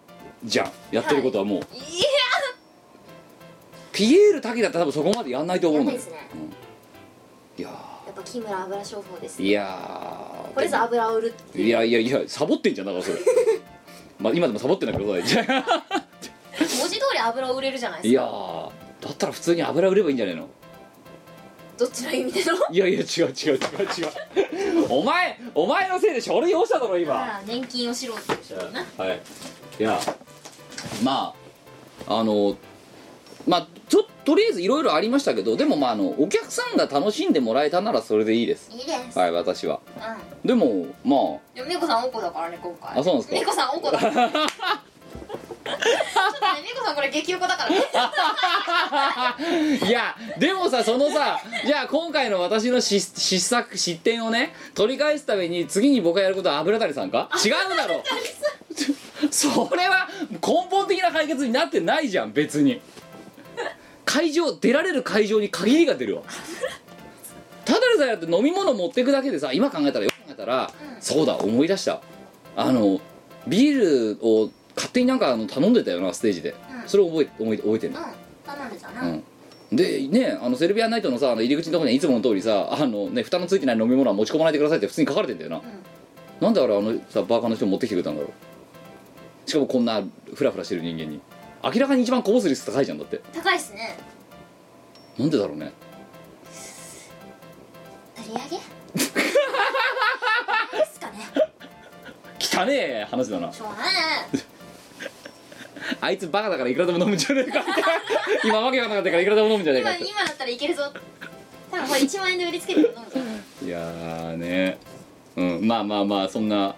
S4: じゃんやってることはもう、
S1: い
S4: ピエール滝だったら多分そこまでやんないと
S1: や
S4: 思
S1: やばい
S4: うんだ
S1: で
S4: よ
S1: すね
S4: いや
S1: やっぱ木村油商法です
S4: ー
S1: ね
S4: いやー
S1: これぞ油を売るって
S4: い
S1: いう
S4: やいやいやサボってんじゃんだからそれ まあ今でもサボってんだけどそれ
S1: 文字通り油を売れるじゃないで
S4: い
S1: す
S4: や
S1: か
S4: ーだったら普通に油売ればいいんじゃないの
S1: どっちの意味での
S4: いやいや違う違う違う違うお前お前のせいで書類用意しただろ今
S1: ああ年金をしろっていう人だな
S4: はいいやまああのまあちょとりあえずいろいろありましたけどでもまああのお客さんが楽しんでもらえたならそれでいいです
S1: いいです、
S4: はい私は
S1: うん
S4: でもま
S1: でも美子さんおこだからね今回
S4: あそうなんですか
S1: 美子さんおこだちょっとね美子さんこれ激おこだ からね
S4: あいやでもさそのさじゃあ今回の私の失失策失点をね取り返すために次に僕がやることは油谷さんか違うだろ それは根本的な解決になってないじゃん別に会場出られる会場に限りが出るわただでさえだって飲み物持ってくだけでさ今考えたらよく考えたら、
S1: うん
S4: そうだ思い出したあのビールを勝手になんかあの頼んでたよなステージで、
S1: うん
S4: それを覚え覚え覚えてんだ、
S1: うん頼んでたな、
S4: うんでねあのセルビアンナイトのさあの入り口のところにはいつもの通りさあのね蓋のついてない飲み物は持ち込まないでくださいって普通に書かれてんだよな、
S1: う
S4: なんであれあのさバーカーの人持ってきてくれたんだろうしかもこんなフラフラしてる人間に明らかに一番こぼす率高いじゃんだって
S1: ん、高いっすね
S4: なんでだろうね
S1: 売 り上げ売り上げっすかね
S4: 汚ねえ話だな
S1: しょうがないね
S4: あいつバカだからいくらでも飲むんじゃねえか 今わけがなかったからいくらでも飲むんじゃねえか
S1: 今今だったらいけるぞ多分これ1万円で売りつけてると思うぞ
S4: いやーねうんまあまあまあそんな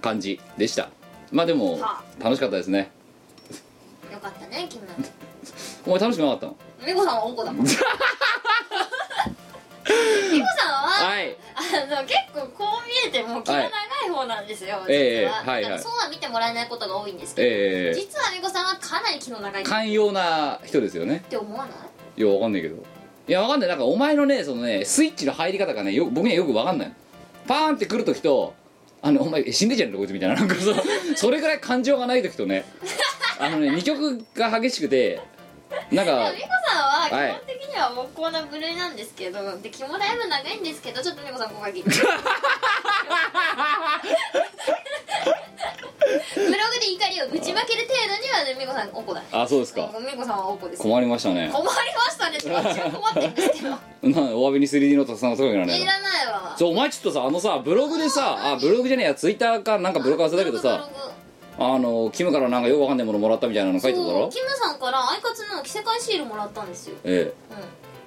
S4: 感じでしたまあでも
S1: は
S4: 楽しかったですね
S1: よかったね君ら
S4: お前楽しくなかったの
S1: 美子さんはおこだもん美子さんは、
S4: はい
S1: あの結構こう見えても気が長い方なんですよ、
S4: ええ
S1: 実は、
S4: はいはい
S1: なんかそうは見てもらえないことが多いんですけど、
S4: ええ
S1: 実は美子さんはかなり気の長いっ
S4: 寛容な人ですよね
S1: て思わない
S4: いやわかんないけどいやわかんないなんかお前のねそのねスイッチの入り方がねよ僕にはよくわかんないのパーンってくるときとあのお前死んでんじゃねえのこいつみたいななんかそのそれぐらい感情がないときとねあのね2曲が激しくてなん
S1: で
S4: か
S1: も美子さんは
S4: はい
S1: 基本的にはもうこんな部類なんですけど、で気もだいぶ長いんですけどちょっと美子さんここが切ってブログで怒りをぶちまける程度にはね美子さんおこだね
S4: あそうですか
S1: 美子さんはおこです困
S4: 困りましたね
S1: りましたね私は困ってるんですけど
S4: なお詫びに 3D ノートさんのとこにならない
S1: い
S4: の
S1: らないわ
S4: そうお前ちょっとさあのさブログでさあブログじゃねえやツイッターかなんかブログ忘れたけどさ
S1: ブログ
S4: あのキムからなんかよくわかんないものもらったみたいなの書いてただ
S1: そう
S4: ろ
S1: キムさんからアイカツの着せ替えシールもらったんですよ、
S4: え
S1: う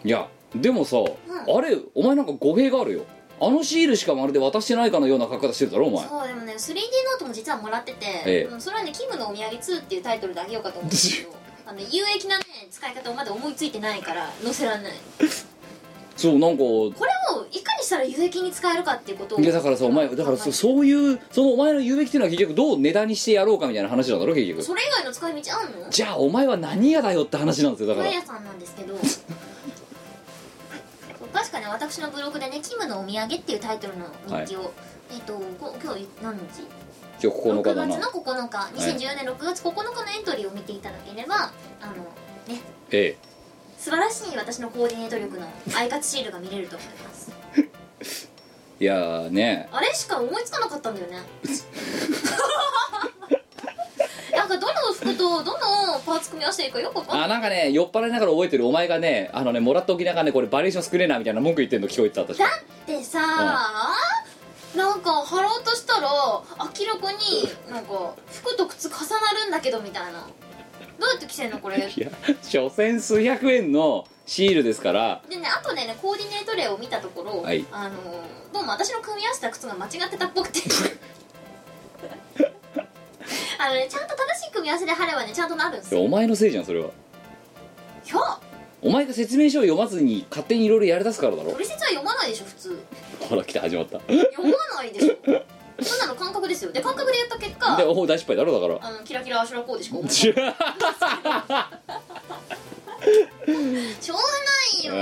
S4: えいやでもさ、あれお前なんか語弊があるよあのシールしかまるで渡してないかのような書き方してるだろお
S1: ん、
S4: 前
S1: そうでもね 3D ノートも実はもらってて、
S4: ええ
S1: うんそれはね「キムのお土産2」っていうタイトルであげようかと思うんですけ どあの有益なね使い方をまだ思いついてないから載せられない
S4: そうなんか
S1: これをいかにしたら有益に使えるかっていうことを
S4: いやだからさお前だからそそういうそのお前の言うべきっていうのは結局どう値段にしてやろうかみたいな話なんだろ結局
S1: それ以外の使い道あんの
S4: じゃあお前は何屋だよって話なんですよだか
S1: パ
S4: ら
S1: ン屋さんなんですけどそう確かね私のブログでね「キムのお土産」っていうタイトルの日記を、えっ、とこ今日何日
S4: 今日9
S1: 6
S4: 日だな
S1: 月の9日2014年6月9日のエントリーを見ていただければ、あのね
S4: え
S1: 素晴らしい私のコーディネート力のアイカツシールが見れると思います
S4: えいやーね
S1: あれしか思いつかなかったんだよね なんかどの服とどのパーツ組み合わせていいかよくわかんな
S4: あ
S1: い
S4: なんかね酔っ払いながら覚えてるお前がねあのねもらっておきながらねこれバリエーション少ねえなみたいな文句言ってんの聞こえてた 私
S1: だってさなんか貼ろうとしたら明らかになんか服と靴重なるんだけどみたいなどうやって着てんのこれ
S4: いや所詮数百円のシールですから
S1: でねあとねコーディネート例を見たところ、
S4: はい
S1: あのーどうも私の組み合わせた靴が間違ってたっぽ くてあのねちゃんと正しい組み合わせで貼ればねちゃんとなるんですよ
S4: お前のせいじゃんそれは
S1: ひょ
S4: お前が説明書を読まずに勝手にいろいろやりだすからだろ
S1: 取説は読まないでしょ普通
S4: ほら来て始まった
S1: 読まないでしょそんなの感覚ですよで感覚でやった結果
S4: でおう大失敗だろだか
S1: あ
S4: ら
S1: のキラキラアシュラコーデしか 思い しょうがないよ
S4: あ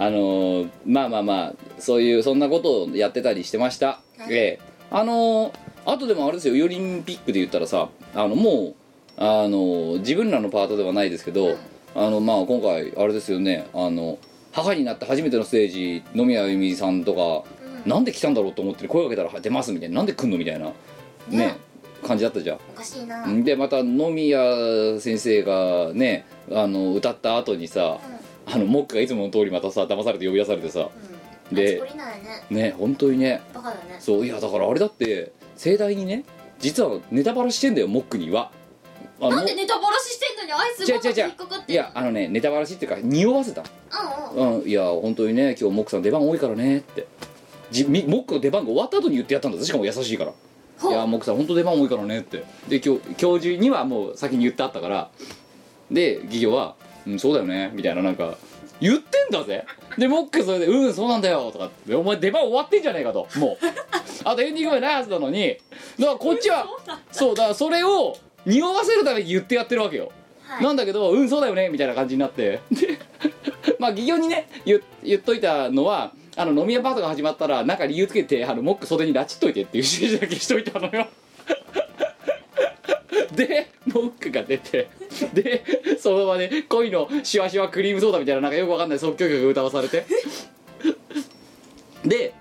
S4: ーあのーまあまあまあそういうそんなことをやってたりしてました、
S1: はい
S4: ええあのーあとでもあれですよユオリンピックで言ったらさあのもうあのー自分らのパートではないですけど、あのまあ今回あれですよねあの母になって初めてのステージ野宮あゆみさんとか、
S1: うん
S4: なんで来たんだろうと思って声かけたら出ますみたいななんで来んのみたいなね感じだったじゃん
S1: おかしいな、
S4: でまた野宮先生がねあの歌った後にさ、あのモックがいつもの通りまたさ騙されて呼び出されてさ
S1: うん、
S4: で
S1: 作りないね
S4: ね本当にね
S1: バカだね
S4: そういやだからあれだって盛大にね実はネタバラしてんだよモックにはあ
S1: なんでネタバラシしてんのにあいつ
S4: 違う
S1: バカ
S4: 違う違
S1: で
S4: う
S1: 引っかかってんの
S4: いやあのねネタバラしっていうか匂わせた、
S1: うんうん
S4: うん、いや本当にね今日モックさん出番多いからねってじみモックの出番が終わった後に言ってやったんだぜしかも優しいから
S1: ほ
S4: いうやもうさん本当出番多いからねってで今日教授にはもう先に言ってあったからで企業は「うんそうだよね」みたいななんか言ってんだぜでモックそれで「うんそうなんだよ」とか「でお前出番終わってんじゃねえか」とも うあとエンディングまでないはずなのにだからこっちはそうだからそれを匂わせるために言ってやってるわけよ
S1: はい
S4: なんだけど「うんそうだよね」みたいな感じになって でまあ企業にね言言っといたのはあの飲み屋パートが始まったらなんか理由つけてあのモック袖に拉致っといてっていう指示だけしといたのよ でモックが出てでその場で恋のシワシワクリームソーダみたいななんかよくわかんない即興曲が歌わされてで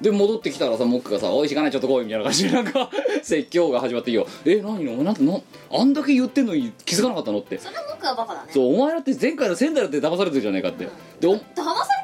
S4: で戻ってきたらさモックがさ「おいしかないちょっと来い」みたいな感じでなんか説教が始まっていいよ「え何のお前なんてなあんだけ言ってんのに気づかなかったの?」って
S1: それは僕はバカだね
S4: そうお前だって前回の仙台だって騙されてるじゃないかってでお
S1: 騙さ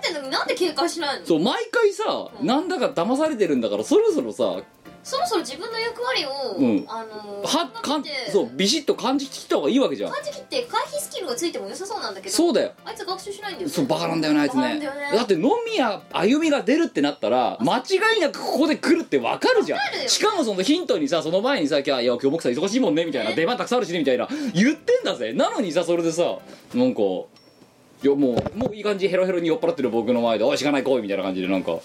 S1: れてんのになんで警戒しないの
S4: そう毎回さ
S1: うん
S4: なんだか騙されてるんだからそろそろさ
S1: そろそろ自分の役割を、
S4: うん
S1: あの
S4: はか
S1: 感
S4: ん
S1: じて
S4: そうビシッと感じ切った方がいいわけじゃん
S1: 感じ切って回避スキルがついても良さそうなんだけど
S4: そうだよ
S1: あいつ学習しないんだよね
S4: そうバカなんだよねあいつ
S1: バカな
S4: ね
S1: んだよね
S4: だって野宮歩みが出るってなったら間違いなくここで来るってわかるじゃん
S1: るよ
S4: しかもそのヒントにさその前にさ「いやいや今日僕さん忙しいもんね」みたいな「
S1: ね
S4: 出番たくさんあるしね」みたいな言ってんだぜなのにさそれでさなんかいやもうもういい感じヘロヘロに酔っ払ってる僕の前で「おいしかない来い」みたいな感じでなんかう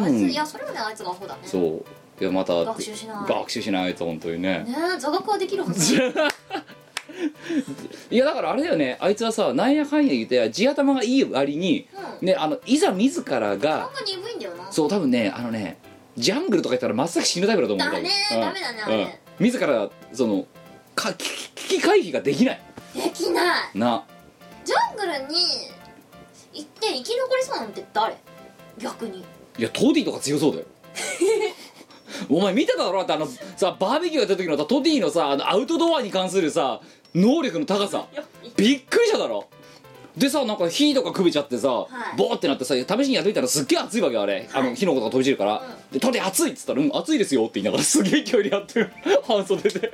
S1: あいつ
S4: ん
S1: いやそれもねあいつがアホだね
S4: そういやまた
S1: 学習しない
S4: 学習しないと本当にね
S1: ねえ座学はできるはずだ
S4: いやだからあれだよねあいつはさなんやかんや言って地頭がいい割に
S1: うん
S4: ねあのいざ自らが
S1: 勘が鈍いんだよな
S4: そう多分ねあのねジャングルとか言ったら真っ先死ぬタイプだと思う
S1: だね
S4: 多分
S1: ダメだねあれ
S4: うん、自らそのか危機危機回避ができない
S1: できない
S4: な
S1: ジャングルに行って生き残りそうなんて誰逆に
S4: いやトディとか強そうだ よお前見てただろだってあのさバーベキューやった時のさトディのさあのアウトドアに関するさ能力の高さびっくりしただろでさなんか火とかくべちゃってさ、
S1: い
S4: ボーってなってさ試しにやってみたらすっげえ熱いわけよあれ、あの火の粉とか飛び散るから「でトで熱い」っつったら「うん熱いですよ」って言いながらすげえ距離やって 半 袖で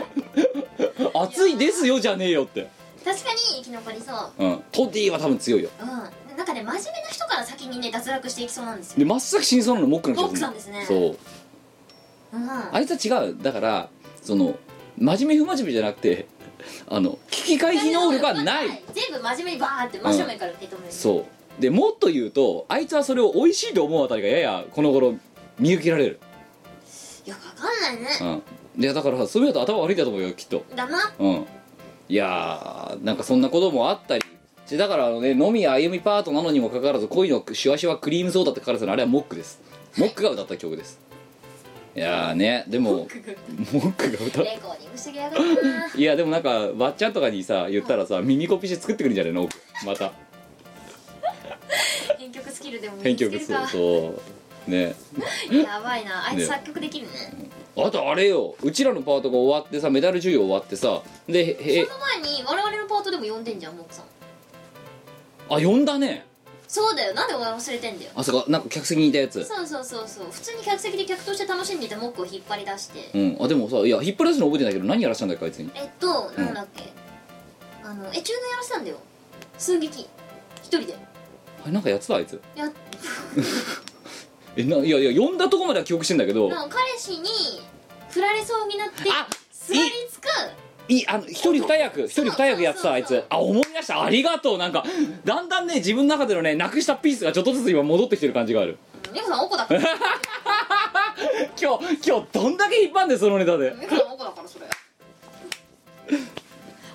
S4: 「熱いですよ」じゃねえよって
S1: 確かに生き残りそう
S4: うんトディは多分強いよ
S1: うんなんかね真面目な人から先にね脱落していきそうなんですよ
S4: で真っ先死にそうなのモックの人
S1: モックさんですね
S4: そう
S1: うん
S4: あいつは違うだからその真面目不真面目じゃなくてあの危機回避能力がない
S1: 全部真面目にバーンって真正面から受け止める、
S4: そうでもっと言うとあいつはそれを美味しいと思うあたりがややこの頃見受けられる
S1: いやわかんないね
S4: うんいやだからそういうのと頭悪いんだと思うよきっと
S1: だな
S4: うんいやーなんかそんなこともあったりしだからあのね飲みや歩みパートなのにもかかわらず恋のシュワシュワクリームソーダって書かれてたのあれはモックですモックが歌った曲ですいやーねでもモックが歌っ
S1: レコーディングしてきやがったない
S4: やでもなんかわっちゃんとかにさ言ったらさ耳コピして作ってくるんじゃないのまた
S1: 編曲スキルでも身
S4: 編
S1: につけ
S4: 曲
S1: る
S4: する
S1: か
S4: そうね
S1: やばいなあい
S4: ね
S1: つ作曲できるね
S4: あとあれようちらのパートが終わってさメダル授与終わってさでへへ
S1: その前に我々のパートでも呼んでんじゃんモックさん
S4: あ呼んだね
S1: そうだよなんで俺忘れてんだよ
S4: あそこなんか客席にいたやつ
S1: そうそうそうそう普通に客席で客として楽しんでいたモックを引っ張り出して、
S4: うんあでもさいや引っ張り出すの覚えてないけど何やらしたんだっけあいつに
S1: えっとなんだっけ、あのえ中のやらせたんだよ寸劇一人で
S4: あれなんかやってたあいつ
S1: やっ
S4: えないやいや呼んだとこまでは記憶してんだけど
S1: まあ彼氏に振られそうになって
S4: あ
S1: 座りつく
S4: いいあの一人二役一人二役やってたあい
S1: そうそ
S4: つ
S1: う
S4: あ思い出したありがとうなんかだんだんね自分の中でのねなくしたピースがちょっとずつ今戻ってきてる感じがある
S1: 美穂さんおこだ から
S4: 今日今日どんだけ引っ張んでそのネタで
S1: 美穂さんおこだからそれ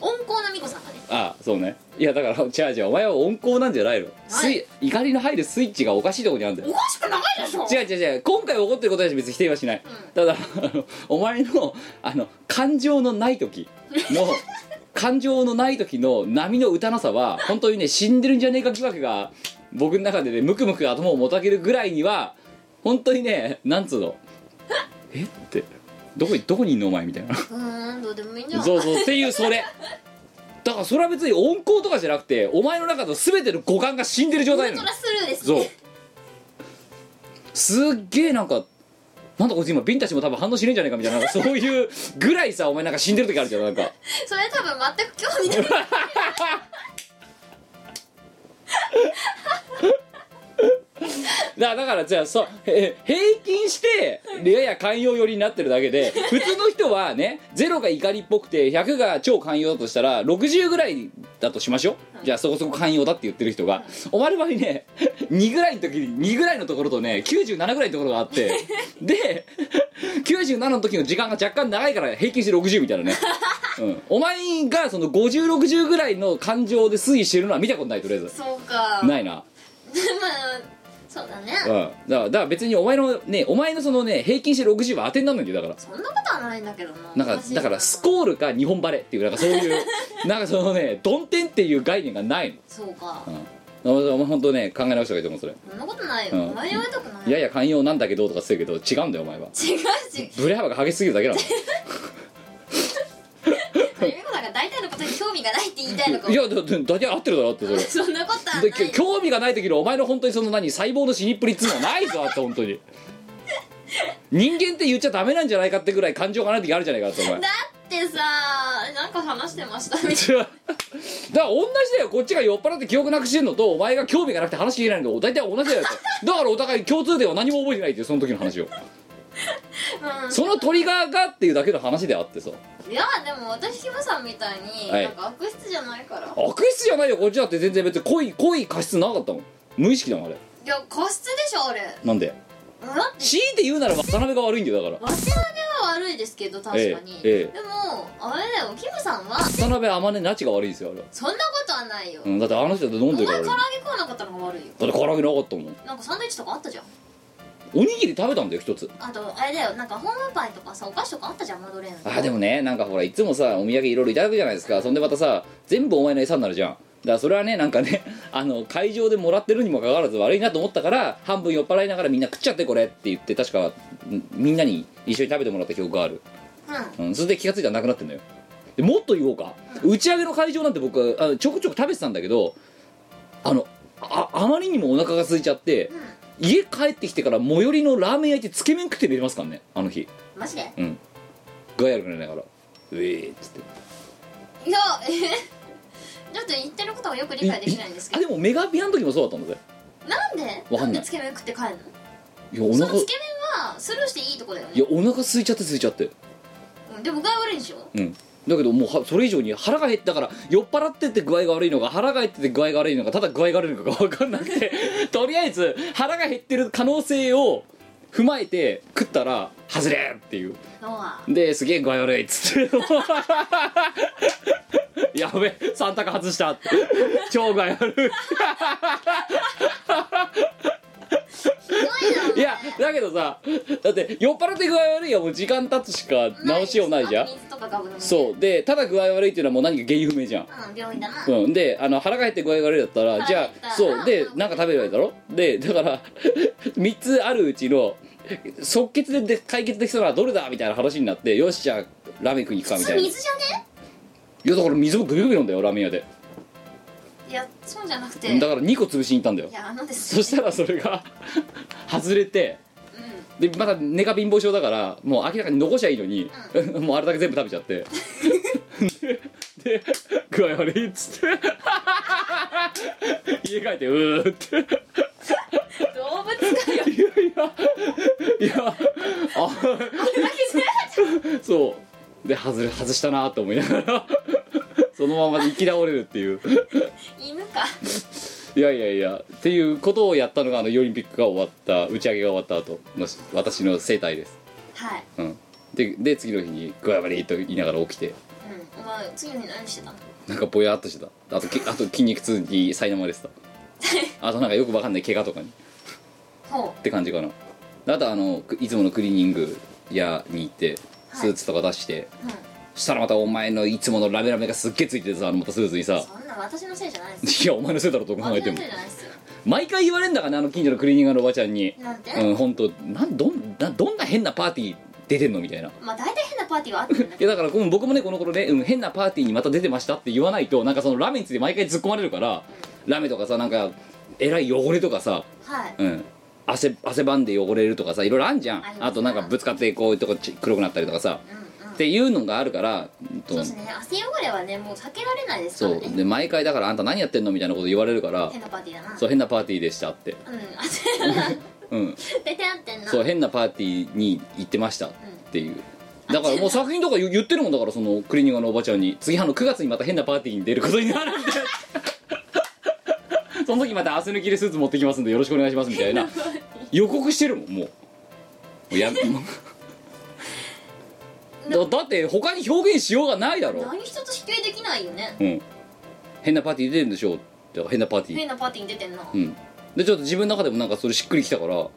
S1: 温厚な美子さんがね
S4: ああそうねいやだから違う違うお前は温厚なんじゃないのスイ怒りの入るスイッチがおかしいとこにあるんだよ
S1: おかしくないでしょ
S4: 違う違う違う今回怒ってることは別に否定はしない、
S1: うん
S4: ただあのお前のあの感情のない 時の感情のない時の波の歌なさは本当にね死んでるんじゃねえか疑惑が僕の中でねムクムク頭をもたげるぐらいには本当にねなんつ うのえってどこにどこにいんのお前みたいな
S1: うーんどうでもいいんじゃん
S4: そうそうっていうそれだからそれは別に温厚とかじゃなくてお前の中の全ての五感が死んでる状
S1: ウ
S4: 態
S1: ル
S4: な
S1: ト
S4: の
S1: ラスルーです
S4: そう
S1: ね
S4: すっげえなんかなんだこいつ今ビンたちも多分反応しねえんじゃねえかみたいななんかそういうぐらいさお前なんか死んでる時あるじゃんなんか
S1: それ多分全く興味ない
S4: だだからじゃあそうえ平均してやや寛容寄りになってるだけで普通の人はね0が怒りっぽくて100が超寛容だとしたら60ぐらいだとしましょうじゃあそこそこ寛容だって言ってる人がお前の場合ね2ぐらいの時に2ぐらいのところとね97ぐらいのところがあってで97の時の時間が若干長いから平均して60みたいなね、うん、お前がその5060ぐらいの感情で推移してるのは見たことないとりあえず
S1: そうか
S4: ないな
S1: でもそうだね
S4: うんだからだから別にお前のねお前のそのね平均して60は当てになんないんだよだから
S1: そんなことはないんだけどな
S4: なん
S1: お
S4: か
S1: しい
S4: だからスコールか日本バレーっていうなんかそういう なんかそのねドンテンっていう概念がないの
S1: そうか
S4: お前本当ね考え直した方がいいと思うそれ
S1: そんなことないよ
S4: うん
S1: お前に言われたくない
S4: いやいや寛容なんだけどとかするけど違うんだよお前
S1: 違
S4: は
S1: うし
S4: ブレ幅が激しすぎるだけなの
S1: 美子さんが大体のことに興味がないって言いたいのかも
S4: いやだだだけ合ってるだろってそれ
S1: そんなことはない
S4: でき興味がない時のお前の本当にその何細胞の死にっぷりっつうのはないぞあって本当に人間って言っちゃダメなんじゃないかってぐらい感情がない時あるじゃないかってお前
S1: だってさなんか話してましたみたいな
S4: 違うだから同じだよこっちが酔っ払って記憶なくしてんのとお前が興味がなくて話聞けないのと大体同じだよってだからお互い共通点は何も覚えてないっていうその時の話を
S1: うん
S4: そのトリガーがっていうだけの話であってさ
S1: いやでも私ひまさんみたいに、
S4: はい
S1: なんか悪質じゃないから
S4: 悪質じゃないよこっちだって全然別に濃い濃い過失なかったもん無意識だもんあれ
S1: いや過失でしょあれだ
S4: なんで
S1: って
S4: 強いて言うなら渡辺が悪いんだよだから
S1: 渡辺は悪いですけど確かに、
S4: ええええ
S1: でもあれだよキムさんは
S4: 渡辺天音なちが悪いんですよあれは、
S1: そんなことはないよ、
S4: うん、だってあの人だって飲ん
S1: お
S4: で
S1: 前
S4: る
S1: 唐
S4: から
S1: 揚
S4: 悪
S1: げ
S4: いだ
S1: 食わなかったのが悪いよ
S4: って唐揚げなかったもん
S1: なんかサンドイッチとかあったじゃん
S4: おにぎり食べたんだよ一つ
S1: あとあれだよなんかホームパイとかさお菓子とかあったじゃんマドレーヌ
S4: あーでもねなんかほらいつもさお土産いろいろいただくじゃないですかそんでまたさ全部お前の餌になるじゃんだからそれはねなんかね あの会場でもらってるにもかかわらず悪いなと思ったから半分酔っ払いながらみんな食っちゃってこれって言って確かんみんなに一緒に食べてもらった記憶がある、
S1: うん
S4: うん、それで気が付いたらなくなってんのよでもっと言おうか打ち上げの会場なんて僕あのちょくちょく食べてたんだけどあのああまりにもお腹が空いちゃって
S1: う
S4: 家帰ってきてから最寄りのラーメン屋行ってつけ麺食って寝れますからねあの日
S1: んマジでいや
S4: うんガヤルく寝ながら「うえー」っつって
S1: えちょっと言ってることがよく理解できないんですけ
S4: あ
S1: ど
S4: でもメガビアの時もそうだったんだぜ
S1: なんで
S4: わかんない
S1: んでつけ麺食って帰るの
S4: いやお
S1: その
S4: 腹
S1: つ
S4: い
S1: け麺はスルーしていいとこだよね
S4: やお腹空いちゃって空いちゃって
S1: うんでも具合悪いでし ょ
S4: うんだけどもうはそれ以上に腹が減ったから酔っ払ってって具合が悪いのか腹が減ってて具合が悪いのかただ具合が悪いのかが分かんなくて とりあえず腹が減ってる可能性を踏まえて食ったら外れっていう
S1: のは
S4: ですげえ具合悪いっつって やべえ三択外したって超具合悪
S1: ひどいない
S4: いやだけどさだって酔っ払って具合悪いはもう時間経つしか直しようないじゃん
S1: 水とかガブ飲みで
S4: そうでただ具合悪いっていうのはもう何か原因不明じゃん
S1: うん病院だな
S4: うん、であの腹が減って具合が悪いだったら
S1: 腹
S4: じ
S1: 減
S4: ゃ
S1: った
S4: あそうで
S1: うん
S4: なんか食べればいいだろでだから 3つあるうちの即決でで解決できそうなのはどれだみたいな話になってよしじゃあラーメン食いに行くかみ
S1: 普通
S4: たいない
S1: 水じゃね
S4: やだから水もグビグビ飲んだよラーメン屋で
S1: いやそうじゃなくて
S4: だから2個潰しに行ったんだよ
S1: いやあのです
S4: そしたらそれが 外れて
S1: うん
S4: でまだ寝か貧乏症だからもう明らかに残しちゃいいのに、 もうあれだけ全部食べちゃって でで具合悪いっつって 家帰ってうーって
S1: 動物がよ
S4: いやいやいやあそうで外れ外したなと思いながら そのまま生き倒れるっていう
S1: 犬か
S4: いやいやいやっていうことをやったのがあのオリンピックが終わった打ち上げが終わった後の私の生態です、
S1: はい
S4: うん、でで次の日に「具合悪い」と言いながら起きて
S1: うんお前次の日何してたの
S4: なんかぼやっとしてたあときあと筋肉痛に苛まれて たあとなんかよくわかんない怪我とかに
S1: ほ
S4: って感じかなあとあのくいつものクリーニング屋に行って
S1: はい
S4: スーツとか出して、
S1: ううん
S4: そしたらまたお前のいつものラメラメがすっげえついててさあのまたスーツに さ
S1: そんな私のせいじゃないですよ
S4: いやお前のせいだろどう考
S1: 私
S4: えて
S1: の
S4: も
S1: せいじゃないですよ
S4: 毎回言われんだからねあの近所のクリーニング屋のおばちゃんに
S1: なんて、
S4: うん本当なんどんなどんな変なパーティー出てんのみたいな
S1: まあ大体変なパーティーはあったんだ
S4: い
S1: け
S4: やだからこう僕もねこの頃ね、うん、変なパーティーにまた出てましたって言わないとなんかそのラメについて毎回突っ込まれるからラメとかさなんかえらい汚れとかさ
S1: どはい
S4: うん汗汗ばんで汚れるとかさいろいろあんじゃん
S1: あります
S4: あとなんかぶつかってこういうとこち黒くなったりとかさ
S1: うんうん
S4: っていうのがあるから、うんと
S1: そうですね汗汚れはねもう避けられないですから
S4: そう
S1: ね
S4: で毎回だからあんた何やってんのみたいなこと言われるから
S1: 変なパーティーだな
S4: そう変なパーティーでしたって
S1: うん汗
S4: うん
S1: 出てあってんな
S4: そう変なパーティーに行ってましたっていう
S1: うん
S4: だからもう作品とか言言ってるもんだからそのクリーニング屋のおばちゃんに次あの9月にまた変なパーティーに出ることになるんでその時また汗抜きでスーツ持ってきますんでよろしくお願いしますみたいな予告してるもんもうもうやもうだだって他に表現しようがないだろ
S1: 何一つ否定できないよね
S4: うん変なパーティー出てるんでしょうだから変なパーティー
S1: 変なパーティーに出てんなう
S4: うんんでちょっと自分の中でもなんかそれしっくりきたから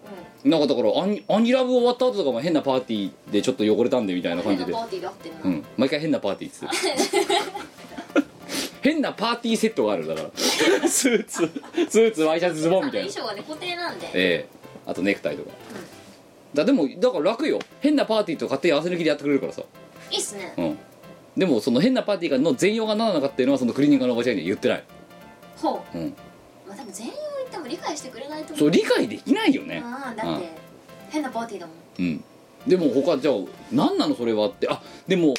S4: なんかだからアニアニラブ終わった後とかも変なパーティーでちょっと汚れたんでみたいな感
S1: 変
S4: じ
S1: な
S4: で
S1: パーティーであってんな
S4: うん毎回変なパーティーっつって 変なパーティーセットがあるだから スーツスーツワイシャツズボンみたいな
S1: 衣装はね固定なんで
S4: ええあとネクタイとか、だでもだから楽よ変なパーティーと勝手に合わせ抜きでやってくれるからさ
S1: いいっすね
S4: うんでもその変なパーティーの全容が何なのかっていうのはそのクリーニング屋のおばちゃんには言ってない
S1: ほ
S4: うん
S1: うまあ多分全員を言っても理解してくれないと思う
S4: そう理解できないよね
S1: ああだって変なパーティーだもん
S4: うんでも他じゃあ何なのそれはってあでも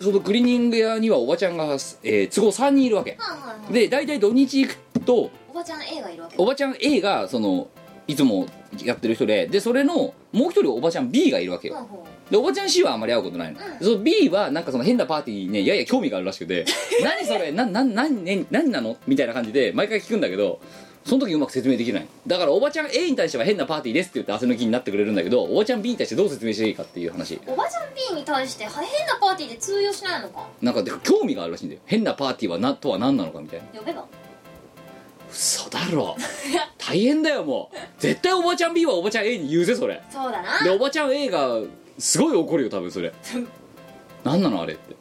S4: そのクリーニング屋にはおばちゃんが、えー都合3人いるわ
S1: は
S4: け
S1: いはいはい
S4: で大体土日行くと
S1: おばちゃん A がいるわけだ
S4: おばちゃん A がそのいつもやってる人ででそれのもう一人おばちゃん B がいるわけよ
S1: ほうほ
S4: でおばちゃん C はあんまり会うことないの、
S1: うん
S4: その B はなんかその変なパーティーにねやや興味があるらし くて「何それなな何、ね、何なの?」みたいな感じで毎回聞くんだけどその時うまく説明できないだからおばちゃん A に対しては変なパーティーですって言って汗抜きになってくれるんだけどおばちゃん B に対してどう説明していいかっていう話
S1: うおばちゃん B に対しては変なパーティーで通用しないのか
S4: なんかで興味があるらしいんだよ変なパーティーはなとは何なのかみたいな
S1: 呼べば
S4: 嘘だ ろ大変だよもう絶対おばちゃん B はおばちゃん A に言うぜそれ
S1: そうだな
S4: でおばちゃん A がすごい怒るよ多分それ何なのあれって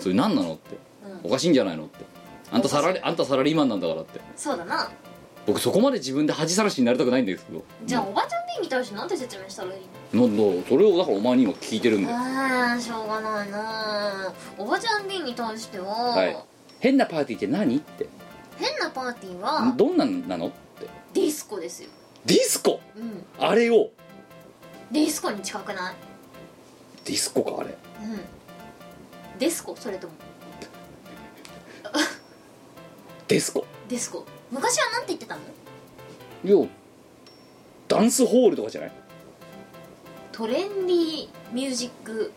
S4: それ何なのって
S1: うん
S4: おかしいんじゃないのってあんたサラリあんたサラリーマンなんだからって
S1: そうだな
S4: 僕そこまで自分で恥さらしになりたくないんですけど
S1: じゃあおばちゃん P に対してなんて説明したらいいの
S4: なんだそれをだからお前に今聞いてるんだよ
S1: あーしょうがないなあおばちゃん B に対しては、
S4: はい変なパーティーって何って
S1: 変なパーティーは
S4: どんなんなのって
S1: ディスコですよ
S4: ディスコ
S1: うん
S4: あれを
S1: ディスコに近くない
S4: ディスコかあれ
S1: うんデスコそれとも
S4: ディスコ
S1: デスコ昔はなんて言ってたの
S4: いやダンスホールとかじゃない
S1: トレンディーミュージック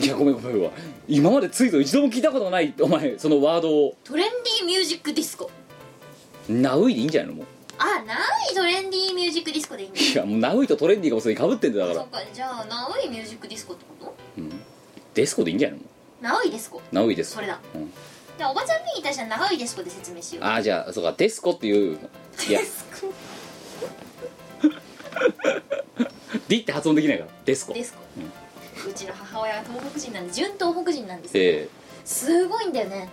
S4: いやごめんごめんごめん今までついと一度も聞いたことないお前そのワードを
S1: トレンディーミュージックディスコ
S4: ナウイでいいんじゃないのもう
S1: あないトレンディーミュージックディスコでいいんだ
S4: いやもうナウイとトレンディーがもうすでにかぶってんだよだか
S1: そ
S4: ら
S1: っかじゃあナウイミュージックディスコってこと
S4: ディスコでいいんじゃないのもう
S1: ナウイデスコ
S4: ナウイです
S1: それだ、
S4: うん
S1: じゃあおばちゃん P に対してはナウイデスコで説明しよう
S4: ああじゃあそうかディスコっていういや
S1: デスコ
S4: ディって発音できないからディスコ
S1: デスコ、うちの母親は東北人なんで純東北人なんですよ
S4: え
S1: すごいんだよね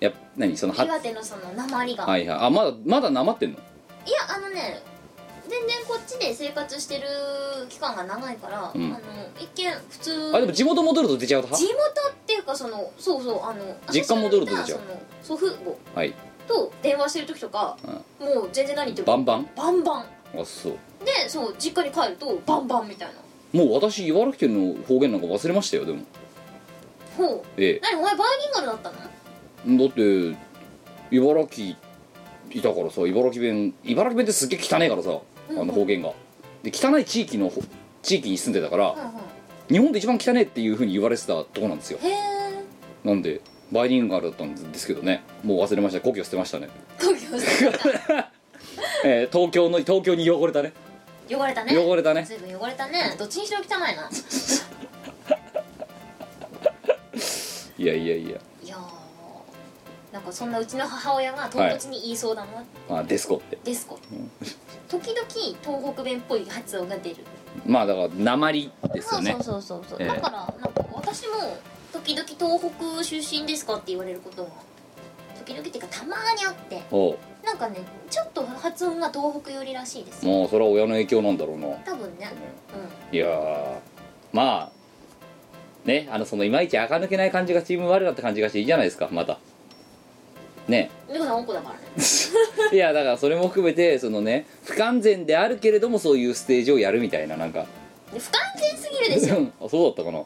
S4: えやっ何そのは
S1: 岩手のその鉛が、、
S4: はいいはいあまだまだなまってんの
S1: やあのね全然こっちで生活してる期間が長いから、
S4: うん
S1: あの一見普通
S4: あでも地元戻ると出ちゃう
S1: 地
S4: 派
S1: 元っていうかそのそうそうあの
S4: 実家戻ると出ちゃう
S1: その祖父母
S4: はい
S1: と電話してる時とか、もう全然何言ってる
S4: バ
S1: か
S4: ンバン
S1: バンバン
S4: あそう
S1: でそう実家に帰るとバンバンみたいな
S4: もう私茨城県の方言なんか忘れましたよでも
S1: ほう
S4: ええ
S1: 何お前バイリンガルだったの
S4: だって茨城いたからさ茨城弁茨城弁ってすっげえ汚いからさあ
S1: うん
S4: の方言がで汚い地域の地域に住んでたから、
S1: うんうん
S4: 日本で一番汚いっていうふうに言われてたとこなんですよ
S1: へえ
S4: なんでバイリンガルだったんですけどねもう忘れました故郷捨てましたね、
S1: 東京さん
S4: えー東京の東京に汚れたね
S1: 汚れたね
S4: 汚れたね
S1: 随分汚れたねどっちにしろ汚いない
S4: やいやいや
S1: いやーなんかそんなうちの母親が唐突に言いそうだな、
S4: まあデスコって
S1: デスコ、時々東北弁っぽい発音が出る
S4: まあだから鉛ですよね
S1: そうそうそうそう、
S4: ええ
S1: だからなんか私も時々東北出身ですかって言われることが時々っていうかたまーにあって
S4: おう
S1: なんかねちょっと発音が東北寄りらしいですよ
S4: もうそれは親の影響なんだろうな
S1: 多分ね
S4: いやーまあねあのそのいまいち垢抜けない感じがチーム我らって感じがしていいじゃないですかまたね
S1: うん美子さんおんこだからね
S4: いやだからそれも含めてそのね不完全であるけれどもそういうステージをやるみたいななんか
S1: で不完全すぎるでしょ
S4: あそうだったかな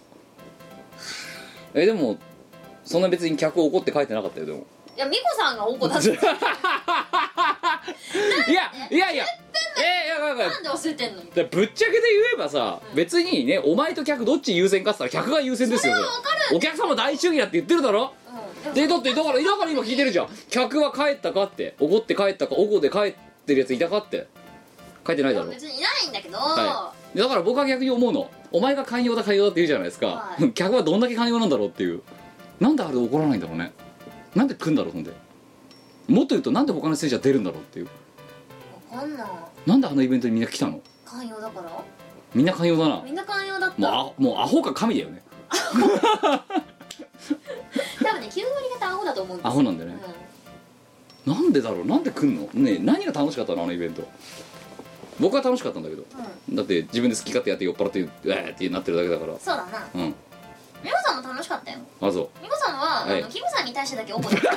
S4: えでもそんな別に客を怒って書いてなかったよでも
S1: いや美子さんがおんこだ って
S4: いやいやいやえいやいやいや
S1: なんで忘れてんのよ
S4: だからぶっちゃけで言えばさ、別にねお前と客どっち優先かって言ったら客が優先ですよそれ
S1: わかる
S4: お客様大主義だって言ってるだろ
S1: うんで
S4: で
S1: も
S4: だってだからだから今聞いてるじゃん客は帰ったかって怒って帰ったかおこで帰ってるやついたかって書いてないだろ
S1: 別にいないんだけど、
S4: はいだから僕は逆に思うのお前が寛容だ寛容だって言うじゃないですか、
S1: はい
S4: 客はどんだけ寛容なんだろうっていうなんであれ怒らないんだろうねなんで来んだろうほんでもっと言うとなんで他の選手は出るんだろうっていう
S1: わかんない
S4: なんであのイベントにみんな来たの
S1: 寛容だから
S4: みんな寛容だな
S1: みんな寛容だった
S4: もうあもうアホか神だよね
S1: 多分ね9割方アホだと思うんです
S4: ア
S1: よ
S4: ホなんだよね、なんでだろうなんで来んのねえ何が楽しかったのあのイベント僕は楽しかったんだけど
S1: うん、うん、
S4: だって自分で好き勝手やって酔っ払ってうえーってなってるだけだから
S1: そうだな
S4: うん
S1: 美穂さんも楽しかったよ
S4: あそう
S1: 美穂さんは、
S4: はい
S1: あのキムさんに対してだけ怒って た
S4: ちょ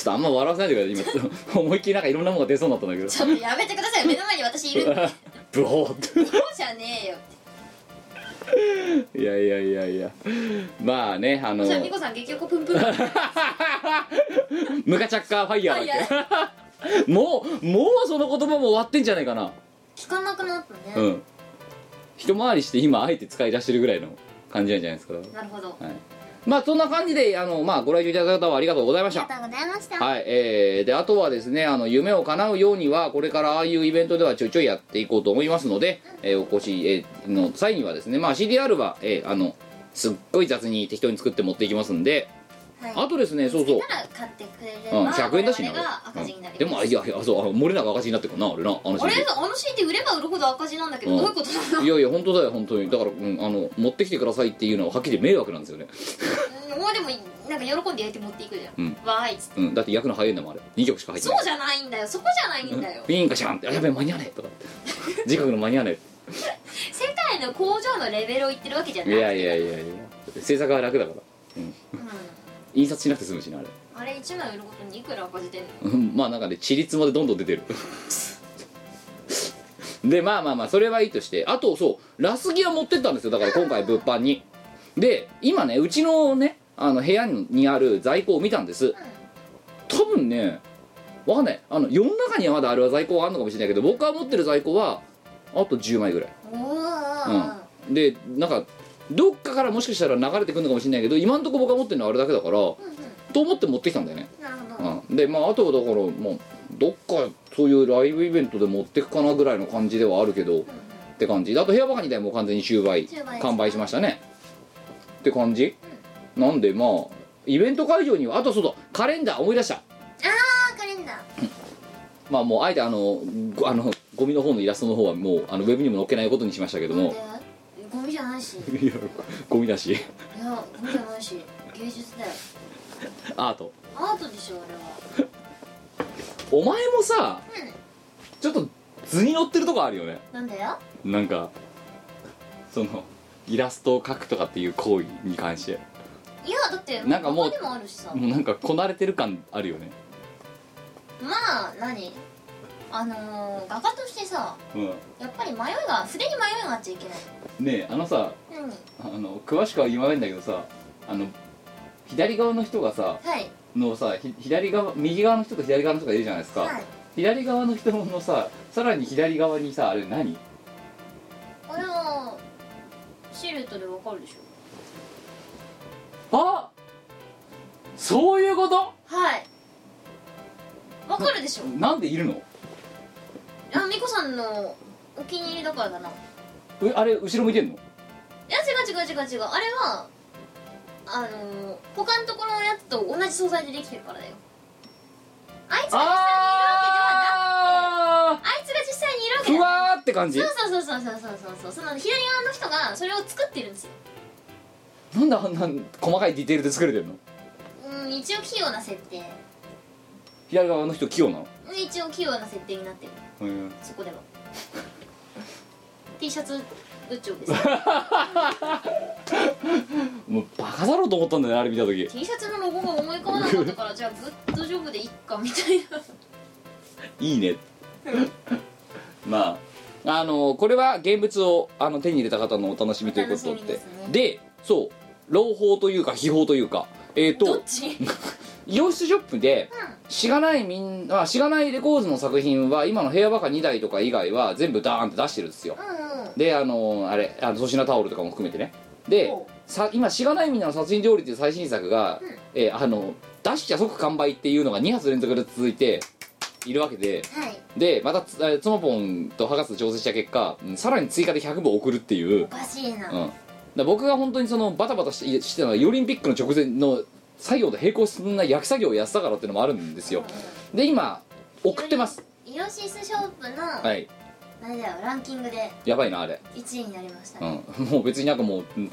S4: っとあんま笑わせないでください今 思いっきりなんかいろんなものが出そうになったんだけど
S1: ちょっとやめてください目の前に私いるって
S4: ブホーっ
S1: そうじゃねえよ
S4: ていやいやいやいやまあねあの
S1: そしたら美穂さん結局プンプン
S4: ムカチャッカーファイヤーだっけ もうもうその言葉も終わってんじゃないかな
S1: 聞かなくなったね、
S4: うん一回りして今あえて使い出してるぐらいの感じなんじゃないですか
S1: なるほど
S4: はいまあそんな感じであの、まあ、ご来場いただいた方はありがとうございまし
S1: あ
S4: た
S1: りがとうございました、
S4: はいえー、であとはですねあの夢を叶うようにはこれからああいうイベントではちょいちょいやっていこうと思いますので、えーお越し、えーの際にはですね、まあ、CDR は、えーあのすっごい雑に適当に作って持っていきますんで
S1: はい
S4: あとですねそうそう
S1: つけたら買ってくれれば、
S4: うん、100円だし
S1: 我
S4: な
S1: 々が赤字にな
S4: うん
S1: り
S4: で
S1: ま
S4: も
S1: す
S4: いやいやそうあ漏れなく赤字になってるからな俺なあの
S1: あ
S4: CD
S1: れあの CD 売れば売るほど赤字なんだけ ど、
S4: うん
S1: どういうことなの
S4: いやいや本当だよ本当にだから、うん、あの持ってきてくださいっていうのははっきり迷惑なんですよね、
S1: うんもうでもなんか喜んで焼いて持っていくじゃん、
S4: うん
S1: わーいっつって
S4: うん、だって焼くの早いんだもんあれ2曲しか入って
S1: そ
S4: ないう
S1: じゃないんだよそこじゃないんだよ、
S4: ウィーンカシャンってあやべえ間に合わねえとか自覚の間に合わね
S1: 世界の工場のレベルを言ってるわけじゃ
S4: え
S1: ない
S4: いやいやいやいや制作は楽だから
S1: うん
S4: 印刷しなくて済むしなあれ
S1: あれ1枚売ることにいくら赤字出んの
S4: うん まあなんかねちりつまでどんどん出てる でまあまあまあそれはいいとしてあとそうラスギア持ってったんですよだから今回物販にで今ねうちのねあの部屋にある在庫を見たんです多分ねわかんないあの世の中にはまだあれは在庫はあるのかもしれないけど僕が持ってる在庫はあと10枚ぐらい
S1: うんおー、
S4: でなんかどっかからもしかしたら流れてくるのかもしれないけど今んとこ僕が持ってるのはあれだけだからと
S1: うん
S4: 思って持ってきたんだよね
S1: うんなるほど、
S4: うん、でまああとはだからもうどっかそういうライブイベントで持ってくかなぐらいの感じではあるけどって感じであと部屋ばかりでもう完全に終売
S1: 10枚
S4: 完売しましたねって感じ、なんでまあイベント会場にはあとそうだカレンダー思い出した
S1: あーカレンダー
S4: まあもうあえてあのごあのゴミの方のイラストの方はもうあのウェブにも載っけないことにしましたけども
S1: なんでゴミじゃないしい
S4: いや ゴミだし
S1: やゴミじゃないし芸術だよ
S4: アート
S1: アートでしょあれは
S4: お前もさ
S1: うん
S4: ちょっと図に乗ってるとこあるよね
S1: なんだよ
S4: なんかそのイラストを描くとかっていう行為に関して
S1: いやだって
S4: なんかもう
S1: 他でもあるしさ
S4: もうなんかこなれてる感あるよね
S1: まあ何あのー、画家としてさ
S4: う
S1: やっぱり迷いが筆に迷いがあっちゃいけない
S4: んねえあのさ
S1: 何
S4: あの詳しくは言わないんだけどさあの左側の人がさ
S1: はい
S4: のさひ左側右側の人と左側の人がいるじゃないですか、
S1: はい
S4: 左側の人のささらに左側にさあれ何
S1: あれはシルエットでわかるでしょ
S4: あそういうこと
S1: はいわかるでしょ
S4: なんでいるの
S1: あみこさんのお気に入りだからだな
S4: うあれ後ろ向いてんの
S1: いや違う違う違う違うあれはあのー、他のところのやつと同じ素材でできてるからだよあいつが実際にいるわけではなくて
S4: あ
S1: あいつが実際にいるわけ
S4: ー
S1: で
S4: ふ
S1: は
S4: わーって感じ
S1: そうそうそうそうそうそうそうその左側の人がそれを作ってるんですよ
S4: なんであんな細かいディテールで作れてるの
S1: うん一応器用な設定
S4: 左側の人器用なの
S1: うん一応器用な設定になってる
S4: うん
S1: そこでは T シャツ部長です
S4: もうバカだろうと思ったんだよねあれ見た時
S1: T シャツのロゴが思い浮かばなかったからじゃあグッドジョブでいっかみたいない
S4: いねまああのこれは現物をあの手に入れた方のお楽しみということ
S1: お楽しみ
S4: で
S1: ですね
S4: でそう朗報というか秘宝というかえっ、ー、
S1: ど
S4: と
S1: っち
S4: イオシスショップでしがないみんなしがないレコーズの作品は今の部屋バカ2台とか以外は全部ダーンって出してるんですよ
S1: うんうん
S4: であのあれあの粗品タオルとかも含めてねで
S1: おう
S4: さ今「しがないみんなの殺人料理」っていう最新作が、
S1: うん
S4: えーあの出しちゃ即完売っていうのが2発連続で続いているわけで
S1: はい
S4: でまたつえーつもぽんと博士と調整した結果うんさらに追加で100部送るっていう、うん
S1: お、かしいな、
S4: だから僕が本当にそのバタバタしてしてたのはオリンピックの直前の作業と並行するな焼き作業をやってたからっていうのもあるんですよで今送ってます
S1: イオシスショップの、
S4: はい
S1: あれだよランキングで
S4: やばいなあれ
S1: 1位になりましたね、
S4: うん、もう別になんかもう、うん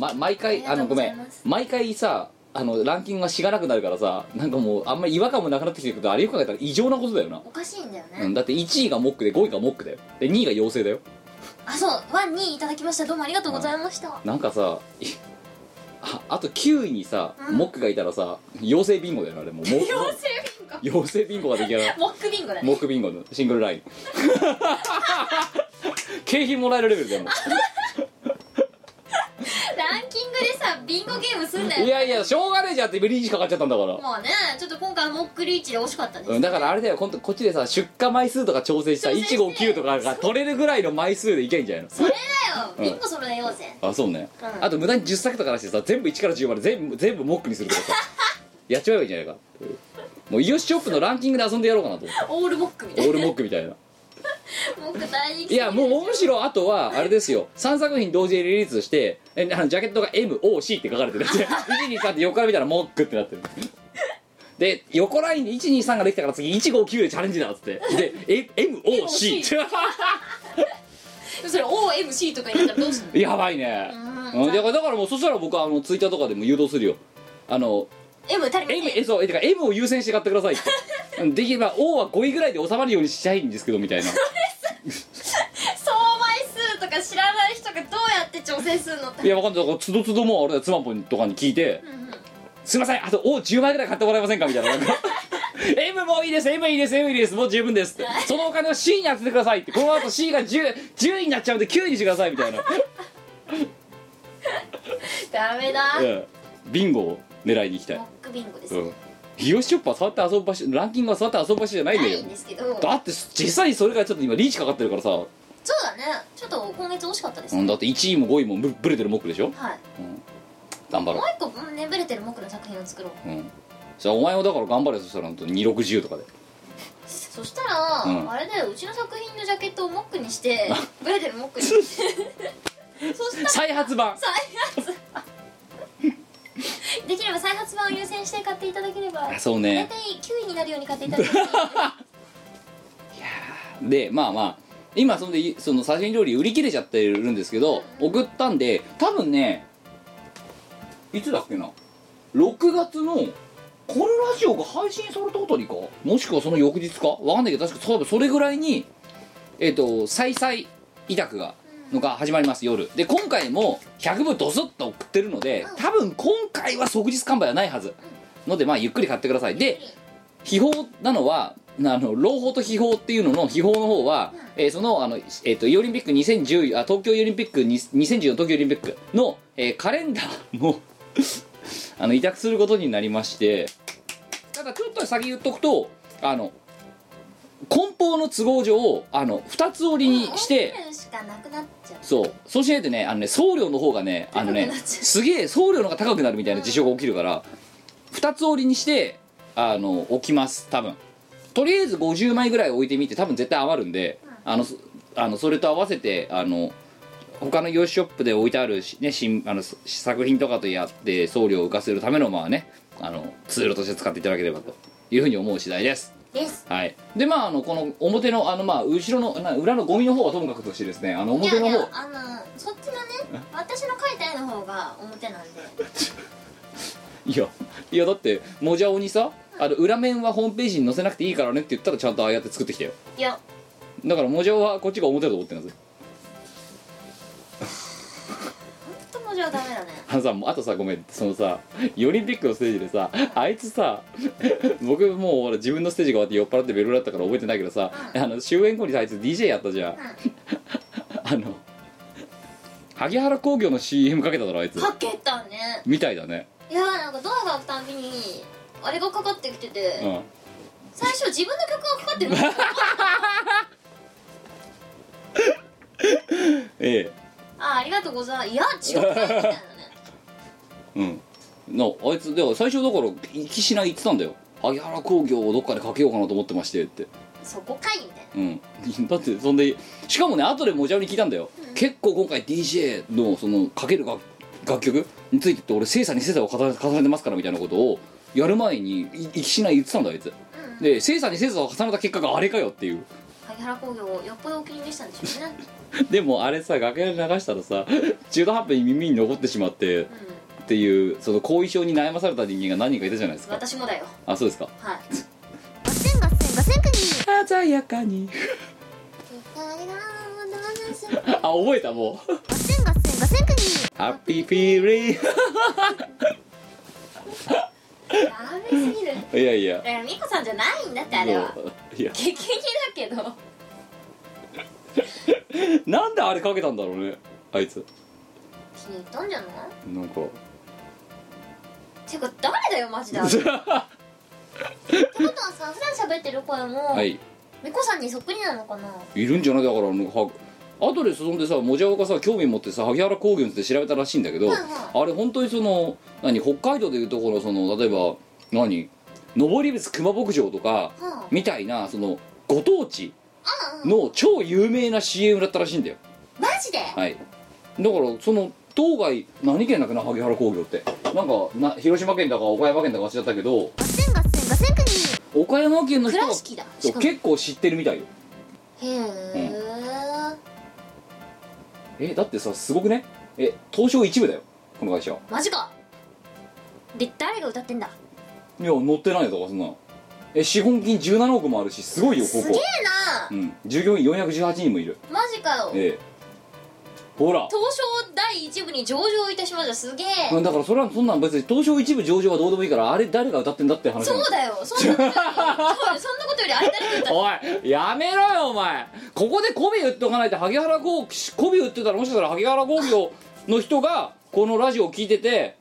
S4: ま、毎回
S1: あ
S4: あ
S1: りが
S4: の
S1: とう
S4: ご
S1: ござ
S4: め
S1: い
S4: ん
S1: ます
S4: 毎回さあのランキングがしがなくなるからさなんかもうあんまり違和感もなくなってきてるけどあれよく考えたら異常なことだよな、
S1: おかしいんだよね、
S4: うん、だって1位がモックで5位がモックだよで2位が妖精だよ
S1: あそうワンにいただきましたどうもありがとうございました、
S4: なんかさいああと9位にさ、
S1: うん
S4: モックがいたらさ妖精ビンゴだよなあれもうもう
S1: 妖精ビンゴ
S4: 妖精ビンゴができ上がる
S1: モックビンゴだね
S4: モックビンゴのシングル ライン景品もらえるレベルだよもう
S1: ランキングでさビンゴゲームすんだよ
S4: いやいやしょうがねえじゃんってブリーチかかっちゃったんだから
S1: もうねちょっと今回はモックリーチで惜しかったです、
S4: うん、だからあれだよこんこっちでさ出荷枚数とか調整した
S1: 調整して
S4: 159とかが取れるぐらいの枚数でいけんじゃないの
S1: それだよ
S4: うん
S1: ビンゴそれようぜ、
S4: あそうね、
S1: うん
S4: あと無駄に10作とか出してさ全部1から10まで全部全部モックにすると かさやっちまえばいいんじゃないかもうイオシショップのランキングで遊んでやろうかなと思って
S1: オールモックみた
S4: オ
S1: いな
S4: ールモックみたいな
S1: 文句大に
S4: いやもうむしろあとはあれですよ3作品同時にリリースしてえあのジャケットが MOC って書かれてるやつ 123って横から見たらモックってなってるで横ラインで123ができたから次159でチャレンジだっつってでえ MOC
S1: それ OMC とかになったらどうする
S4: やばいね
S1: うん
S4: うんだからだからもうそしたら僕はあのツイッターとかでも誘導するよあの
S1: M 足りま
S4: M
S1: せん
S4: えそうえてか M を優先して買ってくださいってうんできれば O は5位ぐらいで収まるようにしたいんですけどみたいな
S1: 相枚数とか知らない人がどうやって調整するのって
S4: いやわかんないだからつどつどもうあれだよ妻ぽんとかに聞いて
S1: うんうん
S4: すいませんあと O10 枚ぐらい買ってもらえませんかみたいななんか M もいいです M いいです M いいですもう十分ですってそのお金を C に当ててくださいってこの後 C が 10, 10位になっちゃうんで9位にしてくださいみたいな、
S1: ダメだ
S4: うんビンゴを狙いに行きたい
S1: モッ、クビンゴです
S4: う
S1: ね
S4: ん、日吉ショッパー触って遊ぶ場所ランキングは触って遊ぶ場所じゃないん
S1: な
S4: だよ
S1: いんですけどそう
S4: だって実際それがちょっと今リーチかかってるからさ、
S1: だねちょっと今月惜しかったです
S4: う
S1: ね
S4: ん、だって1位も5位もブブレてるモックでしょ
S1: はい
S4: 頑張ろ
S1: もう一個うん眠れてる僕の作品を作ろう
S4: う、うん、じゃあお前もだから頑張れよそしたらほんと260とかで
S1: そしたら、
S4: うん
S1: あれだようちの作品のジャケットをモックにしてブレてるモックにしてそしたら
S4: 再発版
S1: 再発版できれば再発版を優先して買っていただければ
S4: あそう
S1: 大
S4: ね
S1: 体9位になるように買っていただければ
S4: でまあまあ今そんでその刺身料理売り切れちゃってるんですけど送ったんで多分ねいつだっけな6月のこのラジオが配信されたあたりかもしくはその翌日かわかんないけど確か多分それぐらいにえっ、と再々委託がのが始まります夜で今回も100部ドスッと送ってるので多分今回は即日完売はないはずのでまあゆっくり買ってくださいで秘宝なのはあの朗報と秘宝っていうのの秘宝の方は、えーそのあの、えー、とオリンピック2010あ東京オリンピックに2014東京オリンピックの、えーカレンダーも あの委託することになりましてただちょっと先言っとくとあの梱包の都合上あの2つ折りにして、
S1: 4しかなくなっちゃう
S4: そうそうしないとねあのね送料の方が ねあ
S1: 高
S4: の
S1: く
S4: ね
S1: なっちゃう
S4: すげえ送料の方が高くなるみたいな事象が起きるから2つ折りにしてあの置きます多分とりあえず50枚ぐらい置いてみて多分絶対余るんであのそあのそれと合わせてあの他の洋紙ショップで置いてあるし、ね、新あのし作品とかとやって送料を浮かせるためのまあねあのツールとして使っていただければというふうに思う次第です
S1: です
S4: はい、でまああのこの表のあのまあ後ろのな裏のゴミの方はともかくとしてですねあの
S1: いや
S4: 表
S1: い
S4: の方
S1: やあのそっちのね私の描いた絵の方が表なんで
S4: いやいやだってもじゃおにさあの裏面はホームページに載せなくていいからねって言ったらちゃんとああやって作ってきたよ
S1: いや
S4: だからもじゃおはこっちが表だと思ってるんですよ
S1: 本当文字はダメだね
S4: あのさもうあとさごめんそのさオリンピックのステージでさあいつさ僕もうほら自分のステージが終わって酔っ払ってベロベロだったから覚えてないけどさあの終演後にさあいつ DJ やったじゃんあの萩原工業の CM かけただろあいつ
S1: かけたね
S4: みたいだね
S1: いやなんかドアが開くたんびにあれがかかってきてて、
S4: うん
S1: 最初自分の曲がかかってるの
S4: ええ
S1: あありがとうございますいや違うみたいなね
S4: うんなあいつだから最初だから行きしない言ってたんだよ萩原工業をどっかでかけようかなと思ってましてって
S1: そこかいみたいな
S4: うん だってそんでしかもね後でもじゃおに聞いたんだよ、結構今回 DJ のそのかける楽楽曲についてって俺精査に精査を重ね重ねてますからみたいなことをやる前にい行きしない言ってたんだよあいつ
S1: うん
S4: で精査に精査を重ねた結果があれかよっていう
S1: 萩原工業をよっぽどお気に入りしたんでしょうね、
S4: でもあれさ楽屋で流したらさ中途半端に耳に残ってしまってっ
S1: う
S4: ていうその後遺症に悩まされた人間が何人かいたじゃないです
S1: ん、
S4: か
S1: 私もだよ
S4: あそうですか
S1: はいガセンガセンガセンクニー
S4: 鮮やかにあ覚えたもう
S1: ガセンガセンガセンクニー
S4: ハッピーフィーリー
S1: ダメすぎる
S4: いやいや
S1: だからミコさんじゃないんだってあれは
S4: もういや
S1: 激似だけど
S4: なんであれかけたんだろうねあいつ
S1: 気に入ったんじゃない
S4: なんか
S1: てか誰だよマジでってことはさ普段喋ってる声も、
S4: はい
S1: みこさんにそっくりなのかない
S4: るんじゃないだからあのは後でそんでさもじゃおがさ興味持ってさ萩原工業って調べたらしいんだけど、
S1: はいは
S4: あれ本当にその何北海道でいうところのその例えば何登別熊牧場とか
S1: はあ
S4: みたいなそのご当地の超有名な CM だったらしいんだよ
S1: マジで
S4: はいだからその当該何県だっけな萩原工業ってなんかな広島県だか岡山県だか忘れちゃったけど
S1: ガセンガセンガセンク
S4: 岡山県の
S1: ニ
S4: 人は
S1: 倉敷だ
S4: そ
S1: し
S4: う
S1: かもへ
S4: 結構知ってるみたいよ
S1: え
S4: えだってさすごくねえ東証一部だよこの会社い
S1: マジかで誰が歌ってんだ
S4: や乗ってないよとかそんなのえ資本金17億もあるしすごいよこ
S1: すげえ
S4: こ
S1: な
S4: うん従業員418人もいる
S1: マジかよ
S4: ええほら
S1: 東証第一部に上場いたしましたすげえ
S4: うんだからそれはそんなん別に東証一部上場はどうでもいいからあれ誰が歌ってんだって話
S1: そうだよそんなことよりそうそんなことよりあれ誰が歌って
S4: おいやめろよお前ここで媚び売っとかないと萩原工媚び売ってたらもしかしたら萩原工業の人がこのラジオを聞いてて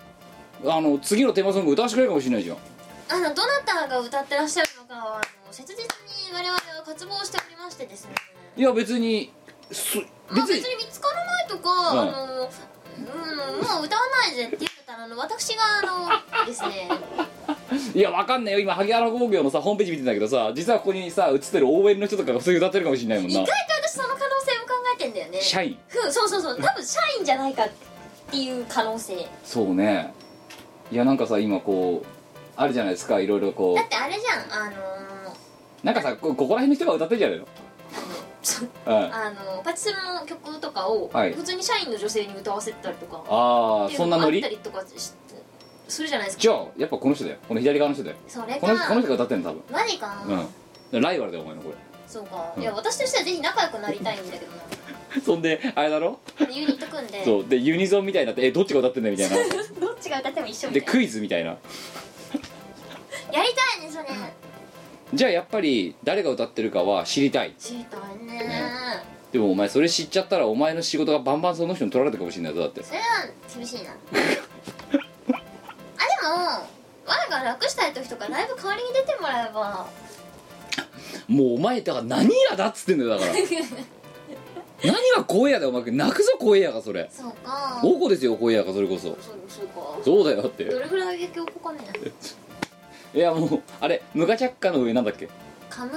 S4: あの次のテーマソング歌わせてくれるかもしれないじゃん
S1: あのどなたが歌ってらっしゃるのかはあの切実に我々は渇望しておりましてですね
S4: いや別にす
S1: まあ
S4: 別に
S1: 別に見つからないとか、
S4: うん
S1: あのうんもう歌わないぜって言ってたらあの私があのです ね
S4: いやわかんないよ今萩原工業のさホームページ見てんだけどさ実はここにさ映ってる OL の人とかがそういう歌ってるかもしれないもん
S1: 意外
S4: な
S1: と私その可能性も考えてんだよね
S4: 社員
S1: ふんそうそうそう多分社員じゃないかっていう可能性
S4: そうねいやなんかさ今こうあるじゃないですかいろいろこ
S1: だってあれじゃんあのー
S4: うなんかさこここら辺の人が歌ってるじゃないの
S1: そう
S4: うん
S1: あのパチスロの曲とかを
S4: はい
S1: 普通に社員の女性に歌わせたりとか、
S4: ああ
S1: っていう
S4: そん
S1: の
S4: な
S1: もあ
S4: ノ
S1: っ
S4: リ
S1: たりとかしするじゃないですか
S4: じゃあやっぱこの人だよこの左側の人だよ
S1: それ
S4: この人こ
S1: か
S4: の人が歌ってんの多
S1: マジか、
S4: 分うんライバルだよお前のこ
S1: そうか、
S4: うん
S1: いや私としてはぜひ仲良くなりたいんだ けどな
S4: れ そんであれだろ
S1: ユニット組んで
S4: そうでユニゾンみたいになってえどっちが歌ってんだよみたいな
S1: どっちが歌っても 一緒み
S4: で
S1: たい
S4: クイズみたいな
S1: なやりたいねそれ
S4: じゃあやっぱり誰が歌ってるかは知りたい
S1: 知りたいね
S4: ねでもお前それ知っちゃったらお前の仕事がバンバンその人に取られたかもしれないぞだって
S1: それは厳しいなあでも我が楽したい時とかライブ代わりに出てもらえ ば
S4: もうお前だから何やだっつってんだよ だから何が声やだよお前泣くぞ声やがそれ
S1: そうか
S4: 大子ですよ声やがそれこそ
S1: そうそうか
S4: そうだよだって
S1: どれぐらい影響起こかねえ
S4: いやもうあれムカチャッカの上なんだっけ
S1: カム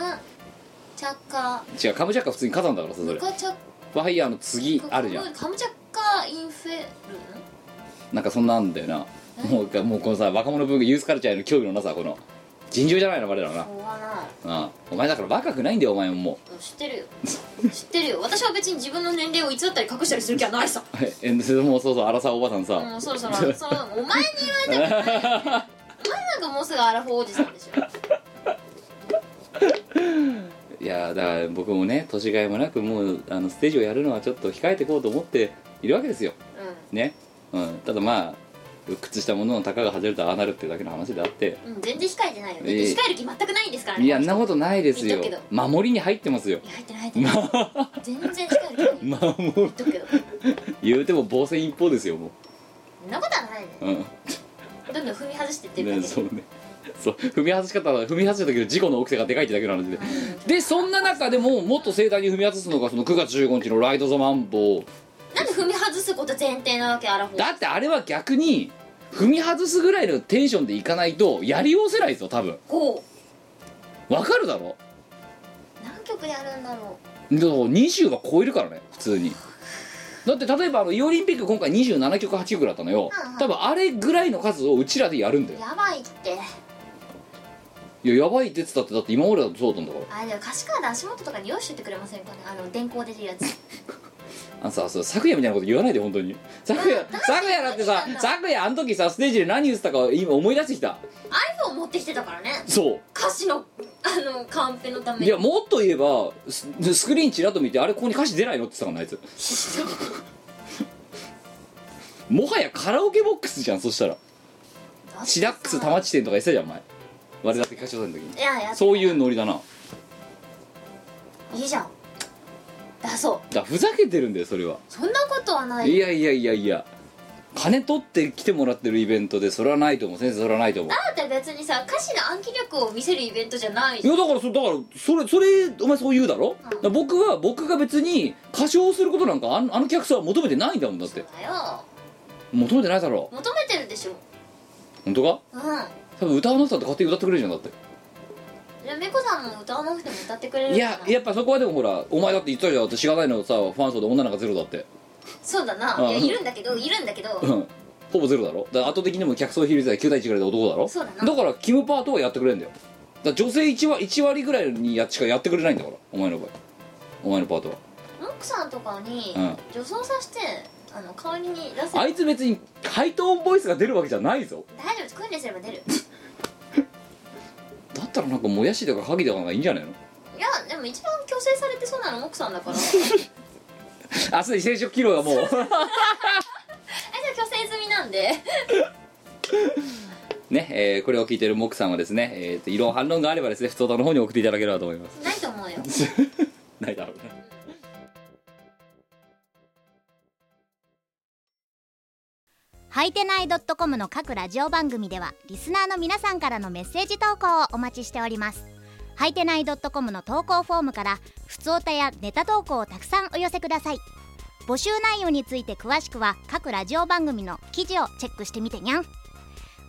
S1: チャッカ
S4: 違うカムチャッカ普通に火山だからさそれ
S1: ムカチャッ
S4: ファイヤーの次
S1: カ
S4: あるじゃん
S1: カムチャッカインフェルノ
S4: なんかそんなんあんだよなもう一回もうこのさ若者文化ユースカルチャーへの興味のなさこの尋常じゃないの我ら
S1: し
S4: な
S1: ょうがない
S4: あお前だから若くないんだよお前もも
S1: 知ってるよ知ってるよ私は別に自分の年齢を偽ったり隠したりする気はないさ
S4: う えもうそうそう荒沢おばさんさ、
S1: もうそろそろそろお前に言われたくないお前なんかもうすぐアラフォーおじさんでしょ
S4: いやだから僕もね年がいもなくもうあのステージをやるのはちょっと控えていこうと思っているわけですよね、うん、ただまあ靴下もののたかが外れたらああなるっていうだけの話であって
S1: うん、うん、全然控えてないよ、
S4: ええ
S1: 控える気全くないんですからね
S4: いやんなことないですよ
S1: 言っとく
S4: 守りに入ってますよ
S1: いや入ってない入ってない全然控える気 ない言っ
S4: 守
S1: とくけど
S4: 言うても防戦一方ですよも
S1: そんなことはないね
S4: ううん
S1: どんどん踏み外してってる
S4: ね、
S1: だけ
S4: そうね そう踏み外し方は踏み外したけど事故の大きさがでかいってだけの話ででそんな中でももっと盛大に踏み外すのがその9月15日の「ライト・ザ・マンボウ
S1: なんで踏み外すこと前提なわけアラフォー
S4: だってあれは逆に踏み外すぐらいのテンションでいかないとやりおせないぞ多分
S1: こ
S4: わかるだろ
S1: う何曲やるんだろ
S4: でも20は超えるからね普通にだって例えばあのイオリンピック今回27曲8曲だったのよ
S1: うん
S4: 多分あれぐらいの数をうちらでやるんだ
S1: う
S4: よ
S1: やばいって
S4: いややばいって言ってたってだって今までだとそうだったんだから
S1: あれでも歌詞カード足元とかに用意しててくれませんかねあの電光出てるやつ
S4: あのさそう昨夜みたいなこと言わないで本当に昨夜昨夜だってさ昨夜あの時さステージで何言ってたか今思い出してきた
S1: iPhone 持ってきてたからね
S4: そ
S1: 歌詞のあのカンペのた
S4: う
S1: め
S4: い
S1: に
S4: や もっと言えばススクリーンちらっと見てあれここに歌詞出ないのって言ってたからなあいつもはやカラオケボックスじゃんそしたらシダックス多摩地点とか言ってたじゃんお前我だって歌唱祭の時に
S1: いやいや
S4: そういうノリだなだか
S1: いいじゃん出そう
S4: らふざけてるんだよそれは
S1: そんなことはない
S4: いやいやいやいや金取って来てもらってるイベントでそれはないと思う先生それはないと思う
S1: だって別にさ歌詞の暗記力を見せるイベントじゃない
S4: い
S1: じゃん
S4: やだからそだからそれそれお前そう言うだろ、
S1: うん
S4: だから僕は僕が別に歌唱することなんかあのあの客さんは求めてないんだもんだっ
S1: そ
S4: て
S1: うだよ
S4: 求めてないだろ
S1: 求めてるでしょ
S4: 本当か
S1: うん
S4: 多分歌わなくたって勝手に歌ってくれるじゃんだって
S1: いやめこさんも歌わなくても歌ってくれる
S4: い
S1: かな
S4: ややっぱそこはでもほらお前だって言ったじゃん私がないのさファン層で女なんかゼロだって
S1: そうだな、
S4: うん
S1: いやいるんだけどいるんだけど、
S4: うんほぼゼロだろだから圧倒的にも客層比率が9対1ぐらいで男だろ
S1: そうだな
S4: からキムパートはやってくれんだよだから女性 1, 割1割ぐらいにやっしかやってくれないんだからお前の場合お前のパートは
S1: モックさんとかに
S4: うん
S1: 女装させてあの代わりに出せ
S4: あいつ別にハイトーンボイスが出るわけじゃないぞ
S1: 大丈夫訓練すれば出る
S4: だったらなんかもやしとか鍵とかがいいんじゃないの
S1: いやでも一番強制されてそうなのモックさんだからあ
S4: あすでに生殖キロがもう
S1: いつは強制済みなんで
S4: ね、えーこれを聞いてるモクさんはですね、えーと、異論反論があればですね不登壇の方に送っていただければと思います
S1: ないと思うよ
S4: ないだろうね
S5: はいてない .com の各ラジオ番組ではリスナーの皆さんからのメッセージ投稿をお待ちしておりますはいてない .com の投稿フォームから普通歌やネタ投稿をたくさんお寄せください募集内容について詳しくは各ラジオ番組の記事をチェックしてみてにゃん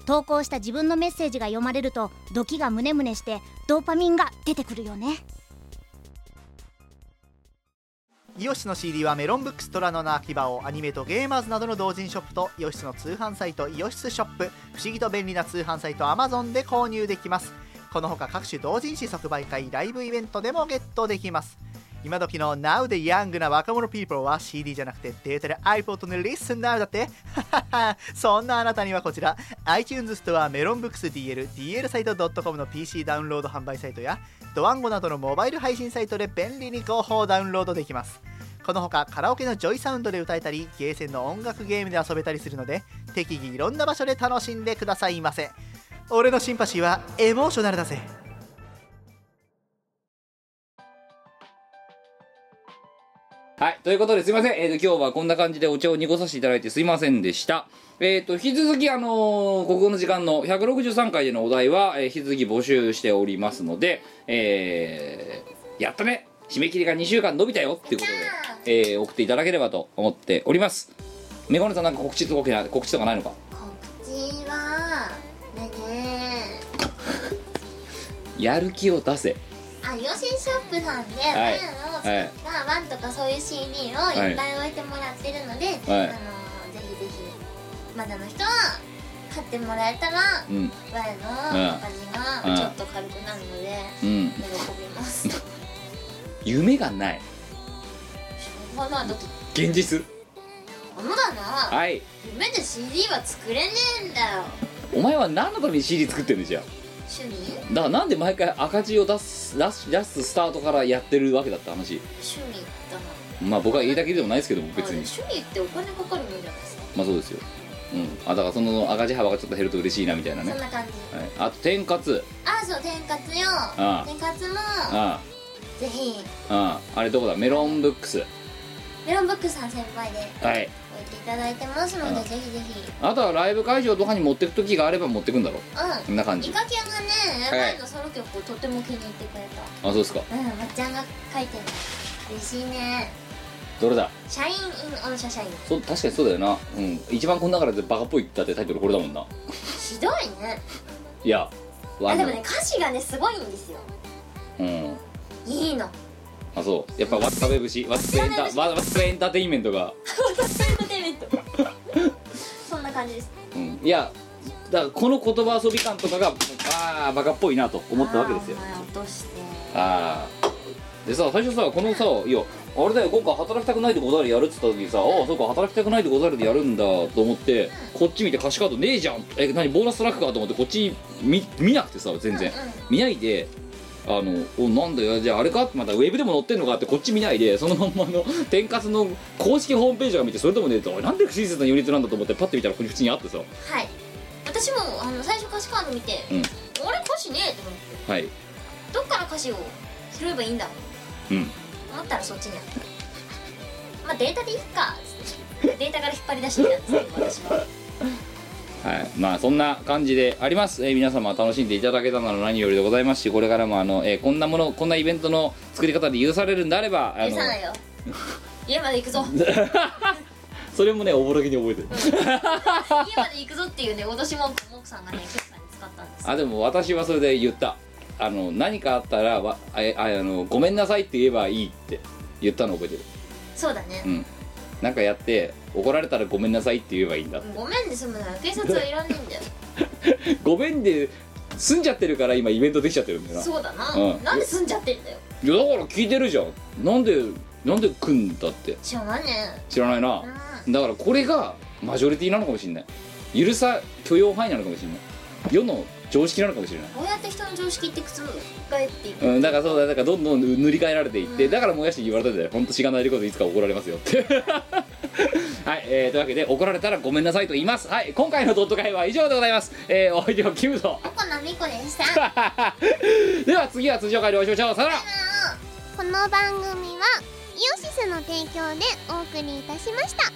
S5: 投稿した自分のメッセージが読まれるとドキがムネムネしてドーパミンが出てくるよね
S6: イオシスの CD はメロンブックストラノの秋葉をアニメとゲーマーズなどの同人ショップとイオシスの通販サイトイオシスショップ不思議と便利な通販サイト Amazon で購入できますこのほか各種同人誌即売会ライブイベントでもゲットできます今時の Now でヤングな若者 people は CD じゃなくてデータで iPod の Listen Now だってそんなあなたにはこちら iTunes ストアメロンブックス DL、DL サイト .com の PC ダウンロード販売サイトやドワンゴなどのモバイル配信サイトで便利に広報ダウンロードできますこのほかカラオケのジョイサウンドで歌えたりゲーセンの音楽ゲームで遊べたりするので適宜いろんな場所で楽しんでくださいませ俺のシンパシーはエモーショナルだぜ
S4: はい、ということですいません、えーと今日はこんな感じでお茶を濁させていただいてすいませんでした。えー、と引き続き、あのー国語の時間の163回でのお題は、えー引き続き募集しておりますので、えーやったね締め切りが2週間伸びたよっていうことで、えー送っていただければと思っております。メガネさんなんか告知とか告知とかないのか
S1: 告知はねえね
S4: やる気を出せ。
S1: あイオシスショップさんで
S4: はい
S1: 前の作ったワンとかそういう CD をいっぱい置いてもらってるので、
S4: はい
S1: あのぜひぜひまだの人は買ってもらえたら
S4: う
S1: 我
S4: ん。
S1: の赤字がちょっと軽くなるので
S4: うん。
S1: 喜びますし
S4: 夢がない。
S1: ょうがないだって
S4: 現実。
S1: あのだな
S4: はい。
S1: 夢で CD は作れねえんだよ
S4: お前は何のために CD 作ってるんですよ。
S1: 趣味
S4: だからなんで毎回赤字を出す出す出すスタートからやってるわけだって話
S1: 趣味だな
S4: まあ僕は言いたきりでもないですけども別に
S1: 趣味ってお金かかるもんじゃないですか、
S4: まあそうですようんあだからその赤字幅がちょっと減ると嬉しいなみたいなね
S1: そんな感じ
S4: はい、あと天かつ
S1: あそう天かつよ
S4: ああ
S1: 天かつも
S4: あ
S1: ぜひ
S4: ああああれどこだメロンブックス
S1: メロンブックさん先輩で
S4: はい
S1: 置いていただいてますの
S4: ああ
S1: でぜひぜひ
S4: あとはライブ会場とかに持ってく時があれば持ってくんだろこ
S1: うんん
S4: な感
S1: イ
S4: じ
S1: カキャがね
S4: はい
S1: 前のソロ曲をとても気に入ってくれた
S4: あそうですか
S1: うん、まっちゃんが書いてる嬉しいね
S4: どれだ
S1: 社員 in 御社社員
S4: そう確かにそうだよなうん一番この中でバカっぽいだってタイトルこれだもんな
S1: ひどいね
S4: いや
S1: あ
S4: ワ
S1: でもね歌詞がねすごいんですよ
S4: うん
S1: いい の
S4: あそうやっぱ渡辺節渡辺エンタ渡辺エンターテインメントが
S1: 私エンターテインメントそんな感じです
S4: うん、いやだからこの言葉遊び感とかがああバカっぽいなと思ったわけですよ
S1: あーお前落として
S4: ああでさ最初さこのさ「いやあれだよ今回働きたくないでござる」やるっつった時にさ「ああそうか働きたくないでござる」でやるんだと思ってこっち見て歌詞カードねえじゃんえ何ボーナストラックかと思ってこっち見見なくてさ全然
S1: うんうん
S4: 見ないであのおなんだよじゃああれかってまたウェブでも載ってんのかってこっち見ないでそのまんまあの 天かすの公式ホームページが見てそれともねえとおいなんで不親切なユニットなんだと思ってパッて見たらここに普通にあってさ
S1: はい私もあの最初歌詞カード見て「
S4: うん
S1: 俺歌詞ねえ」と思って
S4: はい
S1: どっから歌詞を拾えばいいんだ
S4: うん
S1: 思ったらそっちにあったまあデータでいいかつってデータから引っ張り出してみたんですけど私は
S4: はい、まあそんな感じであります、えー皆様楽しんでいただけたなら何よりでございますしこれからもあの、えーこんなものこんなイベントの作り方で許されるんであればあ
S1: 許
S4: の
S1: さ ないよ家まで行くぞ
S4: それもねおぼろげに覚えてる
S1: 家まで行くぞっていうね脅し文句をモクさんがねケツさんに使ったんです
S4: あでも私はそれで言ったあの何かあったらわあああのごめんなさいって言えばいいって言ったの覚えてる
S1: そうだね
S4: う、んなんかやって怒られたらごめんなさいって言えばいいんだ
S1: ごめんで済むなら警察はいらねえんだ よ
S4: ごめんで済んじゃってるから今イベントできちゃってるんだよな
S1: そうだな、
S4: うん
S1: なんで済んじゃってんだよ
S4: いやだから聞いてるじゃんなんでなんで来んだって
S1: しょうがね
S4: 知らないな
S1: えうん
S4: だからこれがマジョリティなのかもしれない許さ許容範囲なのかもしれない世の常識なのかもしれない
S1: こうやって人の常識って覆っていく、
S4: うん、だからそうだだからどんどん塗り替えられていって、
S1: うん
S4: だからもやして言われたんだよ本当しがないこといつか怒られますよって はい、えーというわけで怒られたらごめんなさいと言いますはい今回のドット会は以上でございますえー、お相手はキムと
S1: おこなみこでした
S4: では次は通常会でお会いしましょうさよなら
S5: この番組はイオシスの提供でお送りいたしました